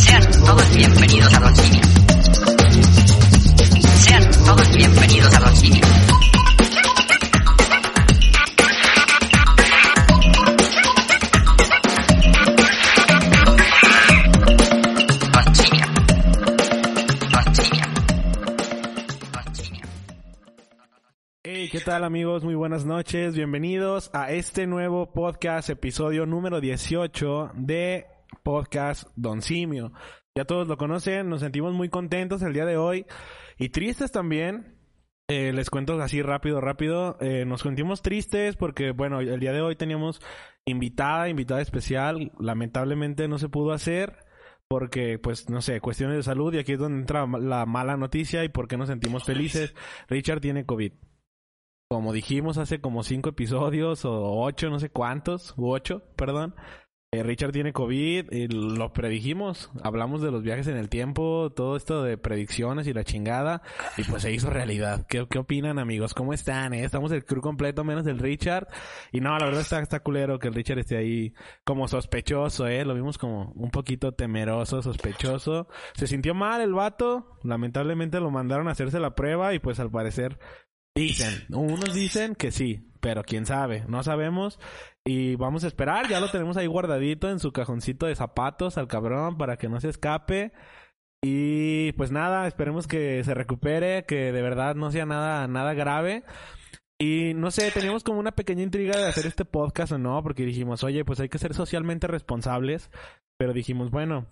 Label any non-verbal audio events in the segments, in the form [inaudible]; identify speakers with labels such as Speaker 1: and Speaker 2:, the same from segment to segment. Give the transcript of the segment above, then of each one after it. Speaker 1: Sean todos bienvenidos a Doncinia. Sean todos bienvenidos a Doncinia. Doncinia. Doncinia. Doncinia.
Speaker 2: Hey, ¿qué tal amigos? Muy buenas noches. Bienvenidos a este nuevo podcast, episodio número 18 de Podcast Don Simio. Ya todos lo conocen, nos sentimos muy contentos el día de hoy y tristes también. Eh, les cuento así rápido, rápido. Eh, nos sentimos tristes porque, bueno, el día de hoy teníamos invitada, invitada especial. Lamentablemente no se pudo hacer porque, pues, no sé, cuestiones de salud y aquí es donde entra la mala noticia y por qué nos sentimos felices. Richard tiene COVID como dijimos hace como cinco episodios o ocho, no sé cuántos, u ocho, perdón. eh, Richard tiene COVID, y lo predijimos. Hablamos de los viajes en el tiempo, todo esto de predicciones y la chingada, y pues se hizo realidad. ¿Qué, qué opinan, amigos? ¿Cómo están? eh? Estamos el crew completo, menos el Richard. Y no, la verdad está, está culero que el Richard esté ahí como sospechoso, ¿eh? Lo vimos como un poquito temeroso, sospechoso. Se sintió mal el vato, lamentablemente lo mandaron a hacerse la prueba, y pues al parecer Dicen, unos dicen que sí, pero quién sabe, no sabemos. Y vamos a esperar, ya lo tenemos ahí guardadito en su cajoncito de zapatos al cabrón para que no se escape. Y pues nada, esperemos que se recupere, que de verdad no sea nada, nada grave. Y no sé, teníamos como una pequeña intriga de hacer este podcast o no, porque dijimos, oye, pues hay que ser socialmente responsables. Pero dijimos, bueno,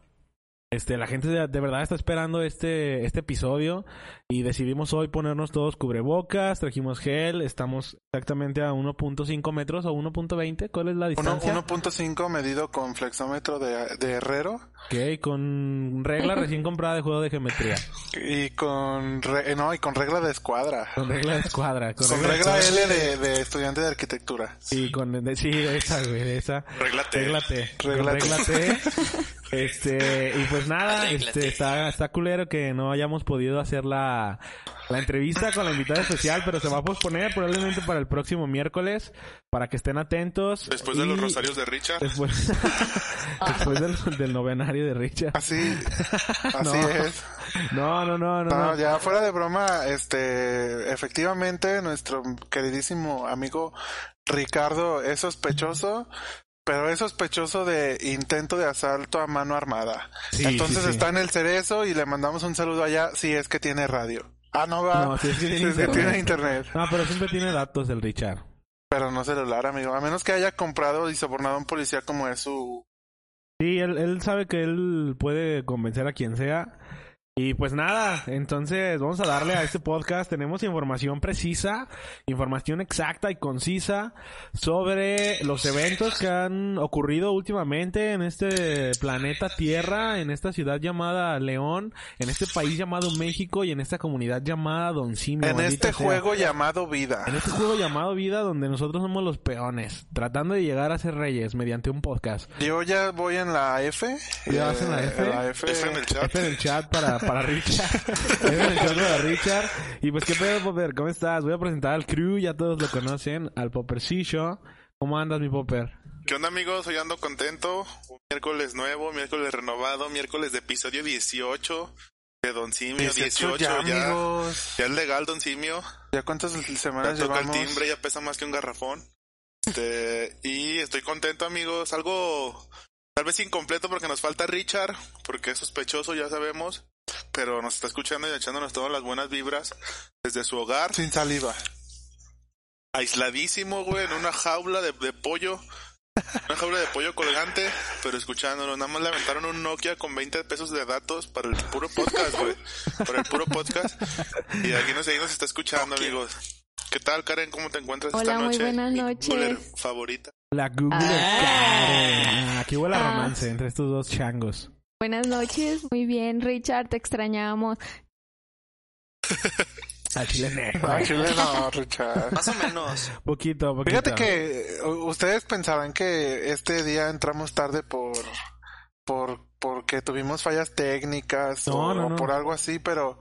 Speaker 2: este, la gente de, de verdad está esperando este, este episodio y decidimos hoy ponernos todos cubrebocas, trajimos gel, estamos exactamente a 1.5 metros o 1.20, ¿cuál es la
Speaker 3: Uno-
Speaker 2: distancia?
Speaker 3: 1.5 medido con flexómetro de, de herrero
Speaker 2: Ok, con regla recién comprada de juego de geometría,
Speaker 3: y con re- eh, no y con regla de escuadra.
Speaker 2: con regla de escuadra, con
Speaker 3: Con
Speaker 2: regla de
Speaker 3: regla L de, de estudiante de arquitectura.
Speaker 2: Sí, con de- sí, de esa, güey, de esa.
Speaker 4: Reglate.
Speaker 2: Réglate.
Speaker 3: Réglate.
Speaker 2: Réglate. Este, y pues nada, este, está, está culero que no hayamos podido hacer la, la entrevista con la invitada especial, pero se va a posponer probablemente para el próximo miércoles, para que estén atentos.
Speaker 4: Después de
Speaker 2: Y
Speaker 4: los rosarios de Richard.
Speaker 2: Después, [laughs] después del, del novenario de Richard. [laughs]
Speaker 3: Así, así
Speaker 2: No.
Speaker 3: es.
Speaker 2: No, no, no, no.
Speaker 3: No,
Speaker 2: no.
Speaker 3: ya fuera de broma, este, efectivamente nuestro queridísimo amigo Ricardo es sospechoso, pero es sospechoso de intento de asalto a mano armada.
Speaker 2: Sí,
Speaker 3: Entonces
Speaker 2: sí, sí.
Speaker 3: está en el cerezo y le mandamos un saludo allá si es que tiene radio. Ah, no va.
Speaker 2: No, si es que tiene
Speaker 3: si es que
Speaker 2: internet.
Speaker 3: tiene internet.
Speaker 2: No, pero siempre tiene datos el Richard.
Speaker 3: Pero no celular, amigo. A menos que haya comprado y sobornado a un policía como es su...
Speaker 2: Sí, él, él sabe que él puede convencer a quien sea. Y pues nada, entonces vamos a darle a este podcast. Tenemos información precisa, información exacta y concisa sobre los eventos que han ocurrido últimamente en este planeta Tierra, en esta ciudad llamada León, en este país llamado México y en esta comunidad llamada Don Simio.
Speaker 3: en
Speaker 2: maldita
Speaker 3: este
Speaker 2: sea.
Speaker 3: juego llamado vida.
Speaker 2: En este juego llamado vida donde nosotros somos los peones, tratando de llegar a ser reyes mediante un podcast.
Speaker 3: Yo ya voy en la F. Eh,
Speaker 2: ¿Ya vas en la F?
Speaker 4: Es en el chat.
Speaker 2: F en el chat para,
Speaker 3: [laughs]
Speaker 2: para Richard. F en el chat para Richard. Y pues, ¿qué pedo, Popper? ¿Cómo estás? Voy a presentar al crew, ya todos lo conocen, al Poppercillo. ¿Cómo andas, mi Popper?
Speaker 4: ¿Qué onda amigos? Hoy ando contento. Un miércoles nuevo, miércoles renovado, miércoles de episodio 18 de Don Simio.
Speaker 3: 18
Speaker 4: 18,
Speaker 3: ya,
Speaker 4: ya.
Speaker 3: amigos.
Speaker 4: Ya es legal Don Simio.
Speaker 3: ¿Ya cuántas
Speaker 4: Ya
Speaker 3: semanas
Speaker 4: toca el
Speaker 3: llevamos?
Speaker 4: timbre, ya pesa más que un garrafón. Este, y estoy contento amigos. Algo tal vez incompleto porque nos falta Richard, porque es sospechoso, ya sabemos. Pero nos está escuchando y echándonos todas las buenas vibras desde su hogar.
Speaker 3: Sin saliva.
Speaker 4: Aisladísimo, güey, en una jaula de, de pollo. Una jaula de pollo colgante, pero escuchándolo. Nada más le aventaron un Nokia con 20 pesos de datos para el puro podcast, güey. Para el puro podcast. Y aquí nos, ahí nos está escuchando, amigos. ¿Qué tal, Karen? ¿Cómo te encuentras
Speaker 5: Hola,
Speaker 4: esta
Speaker 5: muy
Speaker 4: noche?
Speaker 5: buenas
Speaker 4: Mi
Speaker 5: noches.
Speaker 4: cooler favorita.
Speaker 2: La Google Karen. Aquí huele a romance entre estos dos changos.
Speaker 5: Buenas noches, muy bien, Richard, te extrañábamos.
Speaker 2: Al chile negro.
Speaker 3: Ay, chile, no, Richard.
Speaker 1: Más o menos.
Speaker 2: Poquito, poquito.
Speaker 3: Fíjate que eh, ustedes pensaban que este día entramos tarde por por porque tuvimos fallas técnicas
Speaker 2: No,
Speaker 3: o,
Speaker 2: no,
Speaker 3: o
Speaker 2: no.
Speaker 3: por algo así, pero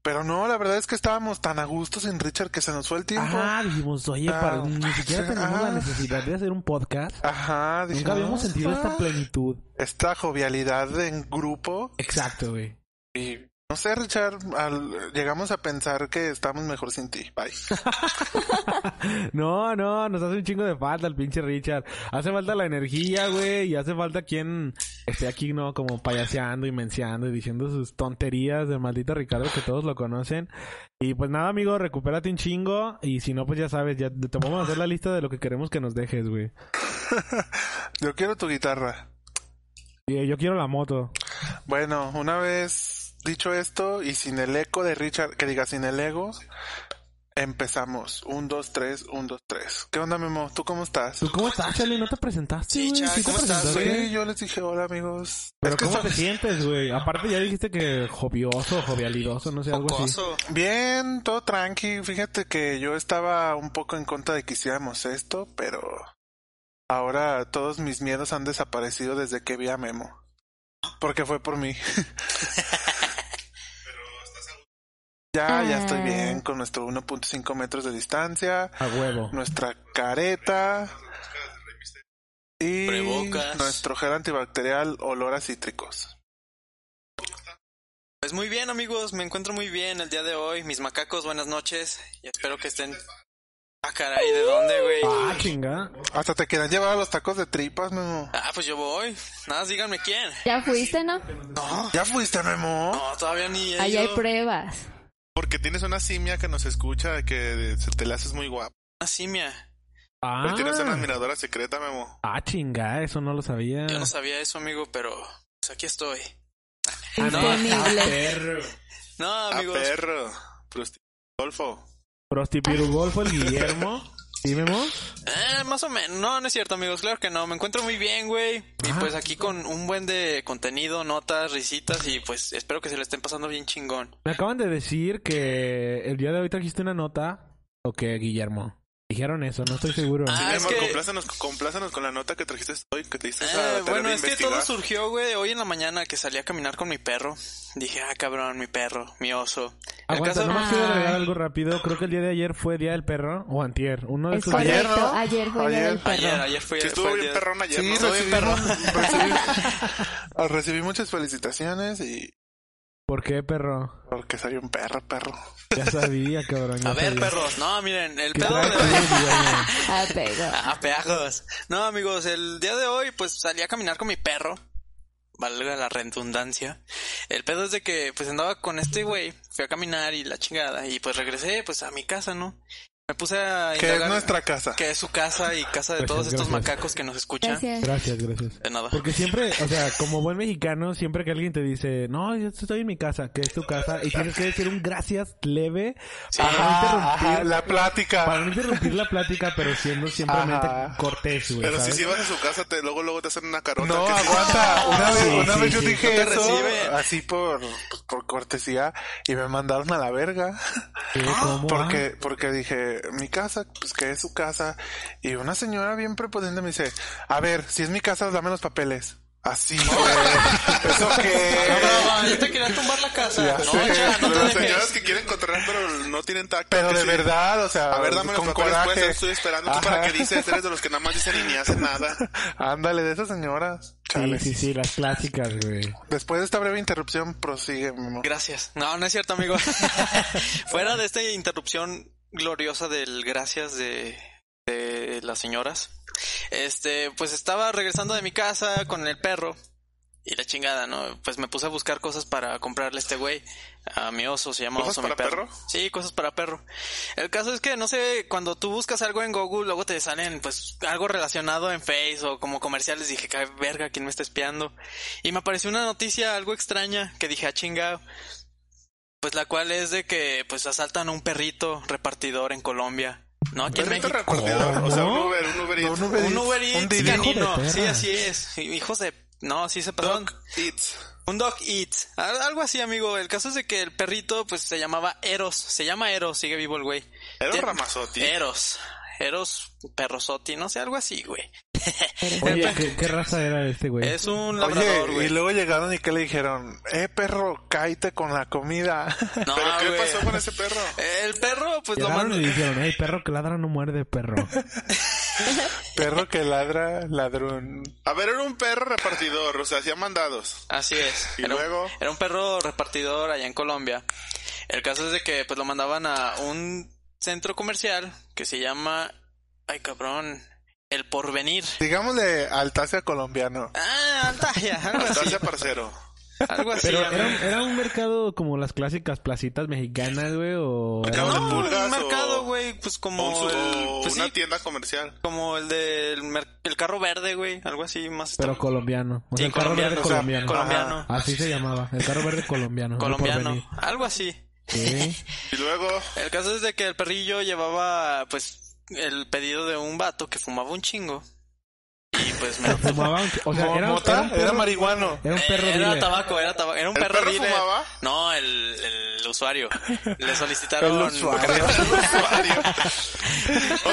Speaker 3: pero no, la verdad es que estábamos tan a gusto sin Richard que se nos fue el tiempo.
Speaker 2: Ajá, dijimos, oye,
Speaker 3: Ah,
Speaker 2: para, ni siquiera
Speaker 3: sí,
Speaker 2: tenemos la
Speaker 3: ah.
Speaker 2: necesidad de hacer un podcast.
Speaker 3: Ajá, dije,
Speaker 2: Nunca habíamos
Speaker 3: no,
Speaker 2: sentido esta
Speaker 3: "Ah".
Speaker 2: plenitud.
Speaker 3: esta jovialidad en grupo
Speaker 2: Exacto, güey.
Speaker 3: y no sé, Richard, al- llegamos a pensar que estamos mejor sin ti. Bye.
Speaker 2: No, no, nos hace un chingo de falta el pinche Richard. Hace falta la energía, güey, y hace falta quien esté aquí, ¿no? Como payaseando y menciando y diciendo sus tonterías del maldito Ricardo que todos lo conocen. Y pues nada, amigo, recupérate un chingo y si no, pues ya sabes, ya te te vamos a hacer la lista de lo que queremos que nos dejes, güey.
Speaker 3: Yo quiero tu guitarra.
Speaker 2: Y, eh, Yo quiero la moto.
Speaker 3: Bueno, una vez dicho esto y sin el eco de Richard, que diga sin el ego, empezamos. Un, dos, tres, un, dos, tres. ¿Qué onda, Memo? ¿Tú cómo estás?
Speaker 2: ¿Tú cómo estás, Charlie? ¿No te presentaste,
Speaker 1: Sí,
Speaker 2: güey?
Speaker 1: Charlie,
Speaker 2: te
Speaker 1: ¿cómo estás,
Speaker 2: presentaste?
Speaker 3: Sí, yo les dije hola, amigos.
Speaker 2: Pero
Speaker 3: es que
Speaker 2: ¿cómo
Speaker 3: son-
Speaker 2: te sientes, güey? Aparte ya dijiste que jovioso, jovialidoso, no sé, algo así.
Speaker 1: Jocoso.
Speaker 3: Bien, todo tranqui. Fíjate que yo estaba un poco en contra de que hiciéramos esto, pero ahora todos mis miedos han desaparecido desde que vi a Memo. Porque fue por mí. Ya, ya estoy
Speaker 5: Ah.
Speaker 3: bien con nuestro 1.5 metros de distancia.
Speaker 2: A huevo.
Speaker 3: nuestra careta y
Speaker 1: Cubrebocas.
Speaker 3: nuestro gel antibacterial olor a cítricos.
Speaker 1: Pues muy bien, amigos. Me encuentro muy bien el día de hoy. Mis macacos, buenas noches. Y espero que estén. Ah, caray, ¿de dónde,
Speaker 2: Ah,
Speaker 1: güey?
Speaker 2: chinga.
Speaker 3: Hasta te querían llevar a los tacos de tripas, Memo.
Speaker 1: Ah, pues yo voy. Nada, más díganme quién.
Speaker 5: ¿Ya fuiste, no?
Speaker 1: No,
Speaker 3: ¿Ya fuiste, Memo?
Speaker 1: no, todavía ni. he
Speaker 5: Ahí hay
Speaker 1: ido.
Speaker 5: pruebas.
Speaker 4: Porque tienes una simia que nos escucha que se te la haces muy guapa.
Speaker 1: Una simia.
Speaker 2: Ah,
Speaker 4: Pero tienes una admiradora secreta, Memo.
Speaker 2: ah chinga, eso no lo sabía.
Speaker 1: Yo no sabía eso, amigo, pero. Pues aquí estoy.
Speaker 2: Ah,
Speaker 1: No.
Speaker 5: Disponible.
Speaker 1: No,
Speaker 4: Ah,
Speaker 1: amigos.
Speaker 4: perro. Prosti- Adolfo.
Speaker 2: Prostipirugolfo, el Guillermo. ¿Sí, Memo?
Speaker 1: Eh, más o menos. No, no es cierto, amigos. Claro que no. Me encuentro muy bien, güey. Y
Speaker 2: Ah.
Speaker 1: pues aquí con un buen de contenido, notas, risitas y pues espero que se le estén pasando bien chingón.
Speaker 2: Me acaban de decir que el día de hoy trajiste una nota. ¿O qué, Guillermo? Dijeron eso, no estoy seguro.
Speaker 1: Ah, es
Speaker 4: Memo,
Speaker 1: que-
Speaker 4: complácenos, complácenos con la nota que trajiste hoy, que te diste
Speaker 1: Eh,
Speaker 4: a tarea
Speaker 1: bueno,
Speaker 4: de
Speaker 1: es que
Speaker 4: investigar.
Speaker 1: todo surgió, güey, hoy en la mañana que salí a caminar con mi perro. Dije, ah, cabrón, mi perro, mi oso. El
Speaker 2: Aguanta,
Speaker 1: caso-
Speaker 2: nomás quiero agregar algo rápido. Creo que el día de ayer fue Día del Perro o antier. Uno de
Speaker 5: Es
Speaker 2: esos
Speaker 5: correcto,
Speaker 2: días.
Speaker 5: ayer,
Speaker 3: Ayer, ¿no?
Speaker 5: fue el día
Speaker 3: Ayer.
Speaker 5: del perro.
Speaker 1: Ayer, ayer fue,
Speaker 4: Sí,
Speaker 1: fue
Speaker 4: estuvo
Speaker 1: el
Speaker 4: bien
Speaker 1: día-
Speaker 4: perrón ayer,
Speaker 3: Sí,
Speaker 4: ¿no?
Speaker 1: soy un perro.
Speaker 3: [laughs] recibimos- recibí, [laughs] recibí muchas felicitaciones y
Speaker 2: ¿Por qué, perro?
Speaker 3: porque soy un perro, perro.
Speaker 2: Ya sabía, cabrón. ya
Speaker 1: A ver,
Speaker 2: sabía.
Speaker 1: perros, no, miren, el
Speaker 2: ¿Qué
Speaker 1: pedo
Speaker 2: traes,
Speaker 1: de...
Speaker 2: Guillermo?
Speaker 5: Ah, pero.
Speaker 1: Ah, peajos. No, amigos, el día de hoy pues salí a caminar con mi perro. Valga la redundancia. El pedo es de que pues andaba con este güey, fui a caminar y la chingada y pues regresé pues a mi casa, ¿no? Me puse a
Speaker 3: Que es
Speaker 1: indagar-
Speaker 3: nuestra casa.
Speaker 1: que es su casa y casa de
Speaker 2: Gracias,
Speaker 1: todos estos
Speaker 2: gracias.
Speaker 1: macacos que nos escuchan.
Speaker 5: Gracias.
Speaker 2: Gracias, gracias.
Speaker 1: De nada.
Speaker 2: Porque siempre, o sea, como buen mexicano, siempre que alguien te dice, no, yo estoy en mi casa, que es tu casa, y tienes que decir un gracias leve para, no
Speaker 3: Ajá,
Speaker 2: interrumpir,
Speaker 3: ajá, la plática.
Speaker 2: para no interrumpir la plática, pero siendo simplemente
Speaker 3: Ajá.
Speaker 2: cortés, güey.
Speaker 4: Pero si
Speaker 2: ¿sabes?
Speaker 4: si vas a su casa, te, luego luego te hacen una carota.
Speaker 3: No,
Speaker 4: que sí.
Speaker 3: aguanta. Una vez,
Speaker 2: Sí,
Speaker 3: una
Speaker 2: sí,
Speaker 3: vez yo
Speaker 2: sí.
Speaker 3: dije
Speaker 1: No te
Speaker 3: eso,
Speaker 1: reciben.
Speaker 3: así por, por cortesía, y me mandaron a
Speaker 2: [laughs]
Speaker 3: la verga.
Speaker 2: ¿Qué? ¿Cómo? ah,
Speaker 3: Porque, porque dije, mi casa, pues que es su casa. Y una señora bien prepotente me dice, a ver, si es mi casa, dame los papeles.
Speaker 4: [laughs]
Speaker 3: Así, güey. ¿Eso qué?
Speaker 1: Cabrón, yo te quería tumbar la casa.
Speaker 3: Ya
Speaker 1: no,
Speaker 3: sé,
Speaker 1: ya, no
Speaker 4: [laughs] Pero
Speaker 1: te
Speaker 4: las
Speaker 1: dejes.
Speaker 4: señoras que quieren encontrar, pero no tienen tacto.
Speaker 3: Pero
Speaker 4: que
Speaker 3: de
Speaker 4: sí.
Speaker 3: verdad, o sea,
Speaker 4: A ver, dame los
Speaker 3: con
Speaker 4: papeles, pues,
Speaker 3: coraje.
Speaker 4: estoy esperando. ¿Tú para
Speaker 3: Ajá.
Speaker 4: qué dices? Eres de los que nada más dicen y ni hacen nada.
Speaker 3: [laughs] Ándale, de esas señoras.
Speaker 2: Sí,
Speaker 3: Chales.
Speaker 2: sí, sí, las clásicas, güey.
Speaker 3: Después de esta breve interrupción, prosigue, mi amor.
Speaker 1: Gracias. No, no es cierto, amigo. [laughs] Fuera de esta interrupción gloriosa del gracias de, de las señoras. Este, pues estaba regresando de mi casa con el perro Y la chingada, ¿no? Pues me puse a buscar cosas para comprarle a este güey. A mi oso, se llama
Speaker 4: ¿Cosas
Speaker 1: oso mi
Speaker 4: para
Speaker 1: perro.
Speaker 4: perro?
Speaker 1: Sí, cosas para perro. El caso es que, no sé, cuando tú buscas algo en Google, luego te salen, pues, algo relacionado en Face o como comerciales. Dije, "Ca- verga, ¿quién me está espiando? Y me apareció una noticia algo extraña que dije, ah, chingado. Pues la cual es de que, pues, asaltan a un perrito repartidor en Colombia. No, aquí en
Speaker 4: Perrito
Speaker 1: México.
Speaker 4: repartidor, o sea, un
Speaker 2: ¿Cómo?
Speaker 4: Uber, un Uber
Speaker 3: No,
Speaker 4: Eats.
Speaker 3: un Uber
Speaker 1: Un
Speaker 3: Eats,
Speaker 1: Uber Eats
Speaker 3: un Didi.
Speaker 1: canino.
Speaker 2: Hijo de
Speaker 1: Sí,
Speaker 2: perra.
Speaker 1: así es. Hijos de... No, sí se pasaron.
Speaker 4: Dog Eats.
Speaker 1: Un dog eats. Al- Algo así, amigo. El caso es de que el perrito, pues, se llamaba Eros. Se llama Eros, sigue vivo el güey.
Speaker 4: Era un
Speaker 1: Tiene-
Speaker 4: Ramazotti.
Speaker 1: Eros. Eros perrosoti, no sé, algo así, güey.
Speaker 2: Oye, ¿qué, qué raza era este güey?
Speaker 1: Es un labrador,
Speaker 3: Oye,
Speaker 1: güey.
Speaker 3: y luego llegaron y que le dijeron, eh, perro, cállate con la comida. [laughs]
Speaker 1: No,
Speaker 4: ¿Pero qué
Speaker 1: güey.
Speaker 4: pasó con ese perro?
Speaker 1: El perro, pues, lo
Speaker 2: Llegaron
Speaker 1: mandó...
Speaker 2: y dijeron, hey, perro que ladra no muerde, perro.
Speaker 3: [laughs] perro que ladra, ladrón.
Speaker 4: A ver, era un perro repartidor, o sea, hacía mandados.
Speaker 1: Así es.
Speaker 4: Y
Speaker 1: Era un-
Speaker 4: luego-
Speaker 1: era un perro repartidor allá en Colombia. El caso es de que pues lo mandaban a un centro comercial que se llama ay cabrón, El Porvenir.
Speaker 3: Digámosle Altacia colombiano.
Speaker 1: Ah, Antalya, algo así,
Speaker 4: Gracias, parcero.
Speaker 1: [laughs] algo así.
Speaker 2: Pero
Speaker 1: amigo.
Speaker 2: era un, era un mercado como las clásicas placitas mexicanas, güey, o...
Speaker 4: Acá
Speaker 2: era-
Speaker 4: de
Speaker 1: no,
Speaker 4: pulgas
Speaker 1: un mercado,
Speaker 4: o-
Speaker 1: güey, pues
Speaker 4: O un
Speaker 1: como
Speaker 4: su-
Speaker 1: el,
Speaker 4: o
Speaker 1: pues,
Speaker 4: una
Speaker 1: sí,
Speaker 4: tienda comercial.
Speaker 1: como el del mer- el carro verde, güey, algo así más
Speaker 2: Pero colombiano. O sea,
Speaker 1: Sí,
Speaker 2: el carro verde
Speaker 1: colombiano, o sea,
Speaker 2: colombiano.
Speaker 1: colombiano.
Speaker 2: Ajá. Así se llamaba. El carro verde colombiano. no por venir.
Speaker 1: colombiano, algo así.
Speaker 2: Sí.
Speaker 4: Y luego,
Speaker 1: El caso es de que el perrillo llevaba, pues, el pedido de un vato que fumaba un chingo. Y pues me lo
Speaker 2: Fumaba un- O sea,
Speaker 3: Mo-
Speaker 2: era,
Speaker 3: mota,
Speaker 2: era un perro...
Speaker 3: marihuano.
Speaker 2: Era un perro
Speaker 1: Eh, era
Speaker 2: dealer.
Speaker 1: tabaco, era tabaco. Era un
Speaker 4: ¿El
Speaker 1: perro,
Speaker 4: perro
Speaker 1: dealer.
Speaker 4: fumaba?
Speaker 1: No, el, el usuario.
Speaker 3: [laughs]
Speaker 1: Le solicitaron.
Speaker 3: El usuario.
Speaker 4: o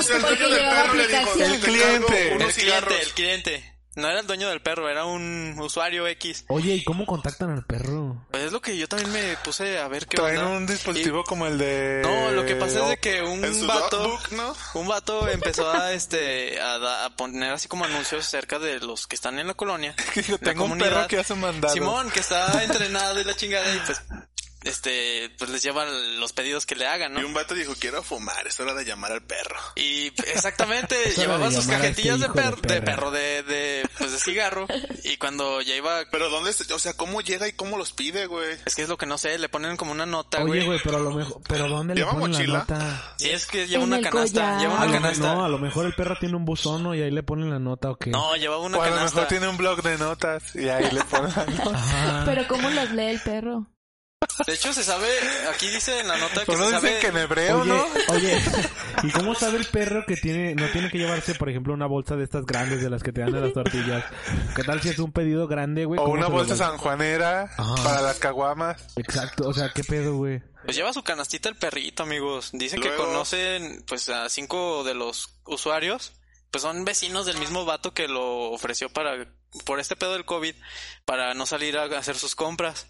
Speaker 4: sea, el
Speaker 5: Porque
Speaker 4: dueño del
Speaker 5: llevaba
Speaker 4: perro le dijo, "Te
Speaker 5: aplicación.
Speaker 3: El
Speaker 4: encargo
Speaker 3: cliente.
Speaker 4: unos
Speaker 1: El cliente,
Speaker 4: cigarros".
Speaker 1: el cliente. No era el dueño del perro, era un usuario X.
Speaker 2: Oye, ¿y cómo contactan al perro?
Speaker 1: Pues es lo que yo también me puse a ver qué
Speaker 3: Traen
Speaker 1: onda.
Speaker 3: un dispositivo como el de...
Speaker 1: Y- no, lo que pasa es de que
Speaker 4: En su
Speaker 1: un vato.
Speaker 4: notebook, ¿no?
Speaker 1: Un vato empezó a este a, da- a poner así como anuncios cerca de los que están en la colonia.
Speaker 3: [laughs] Digo,
Speaker 1: la
Speaker 3: tengo un
Speaker 1: comunidad.
Speaker 3: perro que hace mandados.
Speaker 1: Simón, que está entrenado y la chingada y pues este pues les lleva los pedidos que le hagan, ¿no?
Speaker 4: Y un vato dijo, quiero fumar, es hora de llamar al perro.
Speaker 1: Y exactamente,
Speaker 2: Es hora
Speaker 1: llevaba
Speaker 2: de
Speaker 1: sus
Speaker 2: llamar a
Speaker 1: cajetillas
Speaker 2: este
Speaker 1: de, per-
Speaker 2: hijo de
Speaker 1: de
Speaker 2: perra.
Speaker 1: perro, de, de, pues de cigarro. Y cuando ya iba,
Speaker 4: Pero ¿dónde? se- O sea, ¿cómo llega y cómo los pide, güey?
Speaker 1: es que es lo que no sé, le ponen como una nota,
Speaker 2: Oye, güey,
Speaker 1: güey.
Speaker 2: pero a lo mejor... ¿Pero dónde le
Speaker 4: ¿Lleva
Speaker 2: ponen la
Speaker 4: mochila?
Speaker 2: nota?
Speaker 1: Si es que lleva
Speaker 5: En
Speaker 1: una
Speaker 5: el
Speaker 1: canasta,
Speaker 5: collar.
Speaker 1: lleva
Speaker 2: A
Speaker 1: una
Speaker 2: lo me-
Speaker 1: canasta.
Speaker 2: Ah, no, a lo mejor el perro tiene un buzono y ahí le ponen la nota o qué.
Speaker 1: No, llevaba una
Speaker 3: O a lo mejor
Speaker 1: canasta.
Speaker 3: tiene un blog de notas y ahí le
Speaker 1: [laughs]
Speaker 3: ponen [laughs] la nota.
Speaker 2: Ajá.
Speaker 5: Pero ¿cómo los lee el perro?
Speaker 1: De hecho, se sabe, aquí dice en la nota que
Speaker 3: Pero Pues no
Speaker 1: se sabe.
Speaker 3: dicen que en hebreo,
Speaker 2: oye,
Speaker 3: ¿no?
Speaker 2: oye, [laughs] ¿y cómo sabe el perro que tiene, no tiene que llevarse, por ejemplo, una bolsa de estas grandes de las que te dan en las tortillas? ¿Qué tal si es un pedido grande, güey?
Speaker 3: O
Speaker 2: ¿Cómo
Speaker 3: una
Speaker 2: se lo
Speaker 3: bolsa
Speaker 2: va-
Speaker 3: sanjuanera
Speaker 2: Ajá.
Speaker 3: para las caguamas.
Speaker 2: Exacto, o sea, ¿qué pedo, güey?
Speaker 1: Pues lleva su canastita el perrito, amigos. Dicen que
Speaker 4: Luego-
Speaker 1: conocen pues a cinco de los usuarios. Pues son vecinos del mismo vato que lo ofreció para por este pedo del COVID para no salir a hacer sus compras.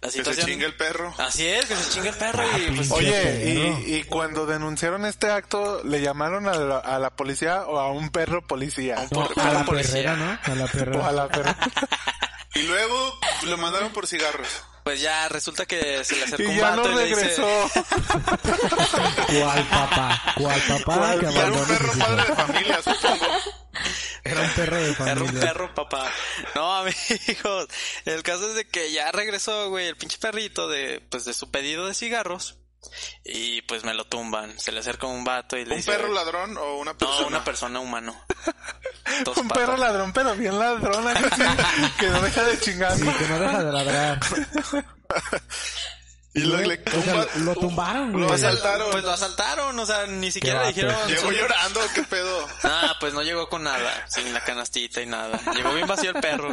Speaker 1: La
Speaker 4: Que se
Speaker 1: situación
Speaker 4: chingue el perro.
Speaker 1: Así es, que se chinga el perro y pues
Speaker 3: Oye,
Speaker 2: perro.
Speaker 3: y, y cuando denunciaron este acto, ¿le llamaron a la, a la policía o a un perro policía?
Speaker 2: No,
Speaker 1: por-
Speaker 2: a la
Speaker 1: policía.
Speaker 2: perrera, ¿no? A la
Speaker 3: O a
Speaker 2: perrera.
Speaker 3: la
Speaker 1: [laughs]
Speaker 3: perra.
Speaker 4: Y luego lo mandaron por cigarros.
Speaker 1: pues ya resulta que se le acercó
Speaker 3: Y
Speaker 1: un
Speaker 3: ya
Speaker 1: vato
Speaker 3: no
Speaker 1: y le dice,
Speaker 3: regresó.
Speaker 2: ¿Cuál papá? ¿Cuál papá
Speaker 3: ¿Cuál-
Speaker 2: que
Speaker 4: Y era
Speaker 2: abandonó
Speaker 4: un
Speaker 2: a
Speaker 4: perro
Speaker 2: sus hijos?
Speaker 4: padre de familia, supongo.
Speaker 2: Era un perro de familia.
Speaker 1: Era un perro, papá. No, amigos. El caso es de que ya regresó, güey, el pinche perrito de, pues, de su pedido de cigarros. Y pues me lo tumban. Se le acerca un vato y le
Speaker 4: ¿Un
Speaker 1: dice.
Speaker 4: perro ladrón o una persona?
Speaker 1: No, una
Speaker 3: [laughs]
Speaker 1: persona humano. Dos
Speaker 3: Un
Speaker 1: patas.
Speaker 3: perro ladrón, pero bien ladrón, así, que no deja de chingar.
Speaker 2: Sí, que no deja de ladrar.
Speaker 4: Y lo, le,
Speaker 2: O sea,
Speaker 4: un va-
Speaker 2: lo
Speaker 4: un-
Speaker 2: tumbaron,
Speaker 4: lo
Speaker 2: güey.
Speaker 1: O sea,
Speaker 4: asaltaron.
Speaker 1: Pues lo asaltaron, o sea, ni siquiera le
Speaker 2: vato.
Speaker 1: dijeron.
Speaker 4: Llegó llorando, ¿qué
Speaker 3: [laughs]
Speaker 4: pedo?
Speaker 1: Ah, pues no llegó con nada, sin la canastita y nada. Llegó bien vacío el perro.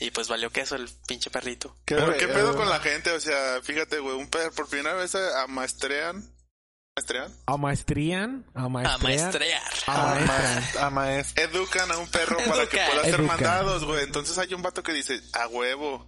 Speaker 1: Y pues valió queso el pinche perrito.
Speaker 4: Pero
Speaker 3: eh,
Speaker 4: qué pedo con la gente, o sea, fíjate, güey, un perro por primera vez eh, amaestrean. ¿Amaestrean?
Speaker 2: A maestrían, a
Speaker 1: A
Speaker 2: maestría.
Speaker 1: maestrear.
Speaker 3: A,
Speaker 2: maestra.
Speaker 3: maestra. a maestra.
Speaker 4: Educan a un perro para que
Speaker 1: Educan.
Speaker 4: pueda hacer
Speaker 2: Educan.
Speaker 4: mandados, güey. Entonces hay un vato que dice, a huevo,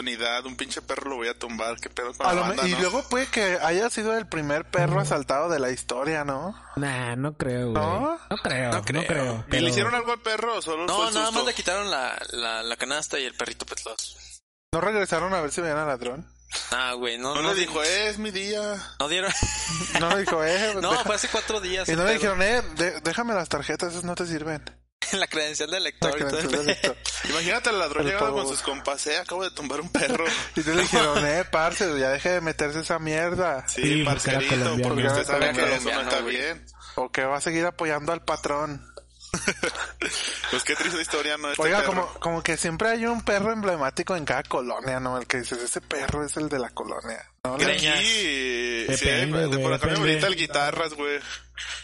Speaker 4: unidad, un pinche perro lo voy a tumbar, qué pedo con
Speaker 3: A
Speaker 4: la
Speaker 3: lo me-
Speaker 4: banda,
Speaker 3: y
Speaker 4: ¿no?
Speaker 3: luego puede que haya sido el primer perro asaltado de la historia, ¿no?
Speaker 2: Nah, no creo, güey.
Speaker 3: ¿No?
Speaker 2: No creo, no
Speaker 1: No
Speaker 2: creo.
Speaker 1: creo.
Speaker 4: ¿Y
Speaker 2: pero-
Speaker 4: le hicieron algo al perro o solo fue
Speaker 1: No,
Speaker 4: el
Speaker 1: nada
Speaker 4: susto?
Speaker 1: más le quitaron la, la, la canasta y el perrito pues los...
Speaker 3: No regresaron a ver si veían al ladrón.
Speaker 1: Ah, güey, no,
Speaker 4: No,
Speaker 1: no
Speaker 4: le
Speaker 1: di-
Speaker 4: dijo, "Eh, es mi día. [laughs]
Speaker 1: No dieron...
Speaker 3: No dijo, eh.
Speaker 1: [laughs] no, pues,
Speaker 3: deja-
Speaker 1: fue hace cuatro días.
Speaker 3: y
Speaker 1: el
Speaker 3: no le
Speaker 1: pedo.
Speaker 3: dijeron, eh, de- déjame las tarjetas, esas no te sirven.
Speaker 1: la credencial del lector y todo el
Speaker 3: credencial del
Speaker 1: pedo.
Speaker 3: lector.
Speaker 4: Imagínate el ladrón
Speaker 3: El
Speaker 4: llegando
Speaker 3: pavo.
Speaker 4: con sus compas, eh, acabo de tumbar un perro.
Speaker 3: Y te
Speaker 4: [laughs]
Speaker 3: dijeron, eh, parce, ya deje de meterse esa mierda.
Speaker 4: Sí,
Speaker 2: Sí, pues, era
Speaker 4: parcerito,
Speaker 2: colombiano.
Speaker 4: porque usted sabe
Speaker 1: Era
Speaker 4: que eso no
Speaker 1: colombiano,
Speaker 4: está
Speaker 1: güey.
Speaker 4: bien.
Speaker 3: O que va a seguir apoyando al patrón.
Speaker 4: Pues qué triste historia, ¿no? Este
Speaker 3: Oiga,
Speaker 4: perro.
Speaker 3: como, como que siempre hay un perro emblemático en cada colonia, ¿no? El que dices, ese perro es el de la colonia. ¿no?
Speaker 4: Aquí,
Speaker 1: Greñas.
Speaker 4: eh, sí, hay-
Speaker 2: Depende, güey,
Speaker 4: por acá me
Speaker 2: depende.
Speaker 4: ahorita el guitarras, güey.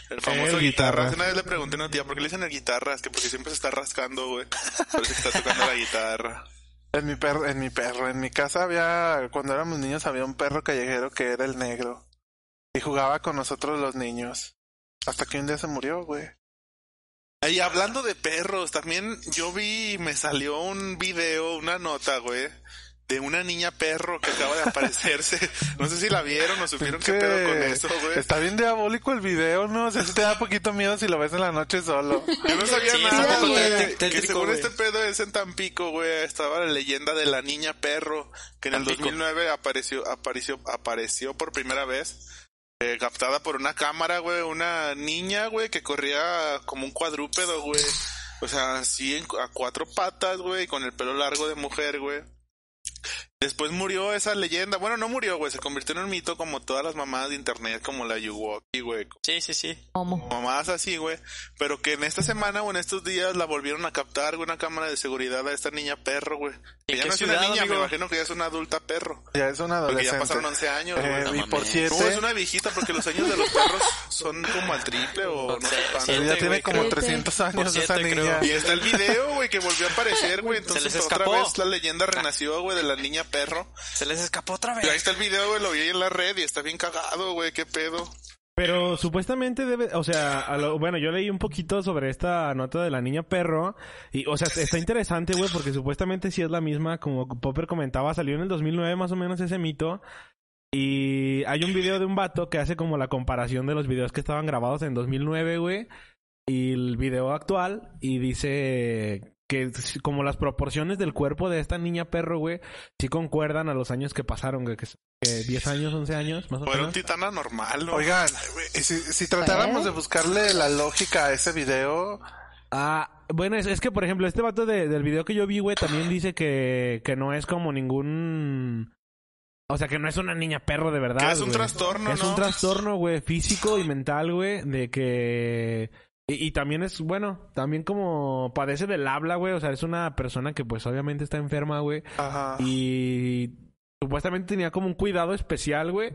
Speaker 4: El famoso
Speaker 2: El
Speaker 4: guitarras.
Speaker 2: Guitarras.
Speaker 4: Una vez le pregunté a una tía por qué le dicen el guitarras, que porque siempre se está rascando, güey. Parece que está tocando la guitarra.
Speaker 3: En mi perro, en mi perro, en mi casa había, cuando éramos niños había un perro callejero que era el negro. Y jugaba con nosotros los niños. Hasta que un día se murió, güey.
Speaker 4: Y hablando de perros, también yo vi, me salió un video, una nota, güey, de una niña perro que acaba de aparecerse. No sé si la vieron o supieron qué pedo con eso, güey.
Speaker 3: Está bien diabólico el video, ¿no? O sea, sí te da poquito miedo si lo ves en la noche
Speaker 4: [laughs]
Speaker 3: solo.
Speaker 4: Yo no sabía
Speaker 1: Sí,
Speaker 4: nada,
Speaker 1: está
Speaker 4: güey.
Speaker 1: tétrico,
Speaker 4: Que
Speaker 1: tétrico,
Speaker 4: según
Speaker 1: güey.
Speaker 4: este pedo es en Tampico, güey. Estaba la leyenda de la niña perro, que en el
Speaker 1: Tampico.
Speaker 4: 2009 apareció, apareció, apareció por primera vez. eh, captada por una cámara, güey. Una niña, güey, que corría como un cuadrúpedo, güey. O sea, así en- a cuatro patas, güey, con el pelo largo de mujer, güey. Después murió esa leyenda. Bueno, no murió, güey. Se convirtió en un mito como todas las mamadas de internet, como la Yuwoki, güey
Speaker 1: Sí, sí, sí.
Speaker 5: ¿Cómo?
Speaker 4: mamadas así, güey. Pero que en esta semana o en estos días la volvieron a captar, güey, una cámara de seguridad a esta niña perro, güey. Que
Speaker 1: ¿En
Speaker 4: ya
Speaker 1: qué
Speaker 4: no es una
Speaker 1: ciudad,
Speaker 4: niña,
Speaker 1: amigo?
Speaker 4: me imagino que ya es una adulta perro.
Speaker 3: Ya es un
Speaker 4: Porque
Speaker 3: adolescente.
Speaker 4: ya pasaron 11 años, güey.
Speaker 3: Eh,
Speaker 1: No
Speaker 3: y por
Speaker 1: mames.
Speaker 3: siete,
Speaker 4: No, es una viejita porque los años de los perros son como al triple o no sé
Speaker 1: Sí,
Speaker 4: cuánto.
Speaker 1: sí.
Speaker 3: ella
Speaker 1: siete,
Speaker 3: tiene
Speaker 1: güey,
Speaker 3: como
Speaker 5: creo.
Speaker 3: 300
Speaker 1: Por
Speaker 3: años esa
Speaker 1: siete,
Speaker 3: niña.
Speaker 4: Y está el video, güey, que volvió a aparecer, güey. Entonces
Speaker 1: les
Speaker 4: otra
Speaker 1: escapó. Ah.
Speaker 4: vez la leyenda renació, güey, de la niña perro.
Speaker 1: Se les escapó otra
Speaker 4: Y ahí
Speaker 1: vez.
Speaker 4: está el video, güey, lo vi en la red y está bien cagado, güey, qué pedo.
Speaker 2: Pero supuestamente debe, o sea, a lo- bueno, yo leí un poquito sobre esta nota de la niña perro y, o sea, está interesante, güey, porque supuestamente sí es la misma, como Popper comentaba, salió en el 2009 más o menos ese mito y hay un video de un vato que hace como la comparación de los videos que estaban grabados en 2009, güey, y el video actual y dice que s- como las proporciones del cuerpo de esta niña perro, güey, sí concuerdan a los años que pasaron, güey, que, es- que 10 años, 11 años, más o
Speaker 4: O era
Speaker 2: menos.
Speaker 4: un titán anormal, güey.
Speaker 3: Oigan, y si, si tratáramos
Speaker 5: ¿Eh?
Speaker 3: de buscarle la lógica a ese video,
Speaker 2: Ah, bueno, es, es que por ejemplo, este vato de- del video que yo vi, güey, también dice que, que no es como ningún. O sea, que no es una niña perro de verdad.
Speaker 4: Que es un
Speaker 2: güey.
Speaker 4: trastorno,
Speaker 2: Es
Speaker 4: ¿no?
Speaker 2: un trastorno, güey, físico y mental, güey, de que. Y, y también es, bueno, también como padece del habla, güey. O sea, es una persona que, pues, obviamente está enferma, güey.
Speaker 3: ajá.
Speaker 2: Y supuestamente tenía como un cuidado especial, güey.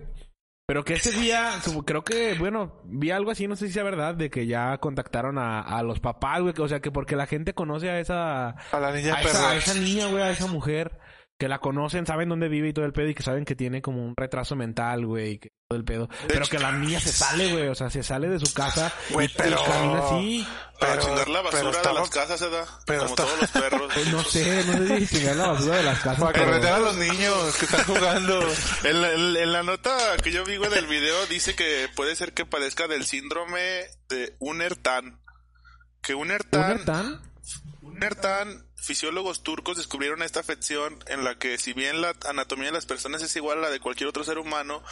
Speaker 2: Pero que ese
Speaker 3: [laughs]
Speaker 2: día, supo- creo que, bueno, vi algo así, no sé si sea verdad, de que ya contactaron a, a los papás, güey. que- O sea, que porque la gente conoce a esa,
Speaker 3: a la niña
Speaker 2: a
Speaker 3: perro.
Speaker 2: esa, a esa niña, güey, a esa mujer. Que la conocen, saben dónde vive y todo el pedo. Y que saben que tiene como un retraso mental, güey. Y que todo el pedo. Pero que la niña se sale, güey. O sea, se sale de su casa.
Speaker 3: Güey,
Speaker 2: y, y
Speaker 3: pero-
Speaker 2: camina así.
Speaker 4: Para
Speaker 3: Pero-
Speaker 4: chingar la basura
Speaker 3: pero estaba-
Speaker 4: de las casas, ¿verdad?
Speaker 3: pero
Speaker 4: Como
Speaker 3: estaba-
Speaker 4: todos los perros.
Speaker 2: [laughs] Pues no sé, no sé si chingar la basura de las casas.
Speaker 3: Para
Speaker 2: pero-
Speaker 3: corretear a los niños que están jugando.
Speaker 4: [laughs] En la, en- en la nota que yo vi, güey, del video dice que puede ser que padezca del síndrome de Unertan. Que
Speaker 2: ¿Un
Speaker 4: Unertan,
Speaker 2: Ertan?
Speaker 4: Unertan, fisiólogos turcos descubrieron esta afección en la que si bien la anatomía de las personas es igual a la de cualquier otro ser humano, un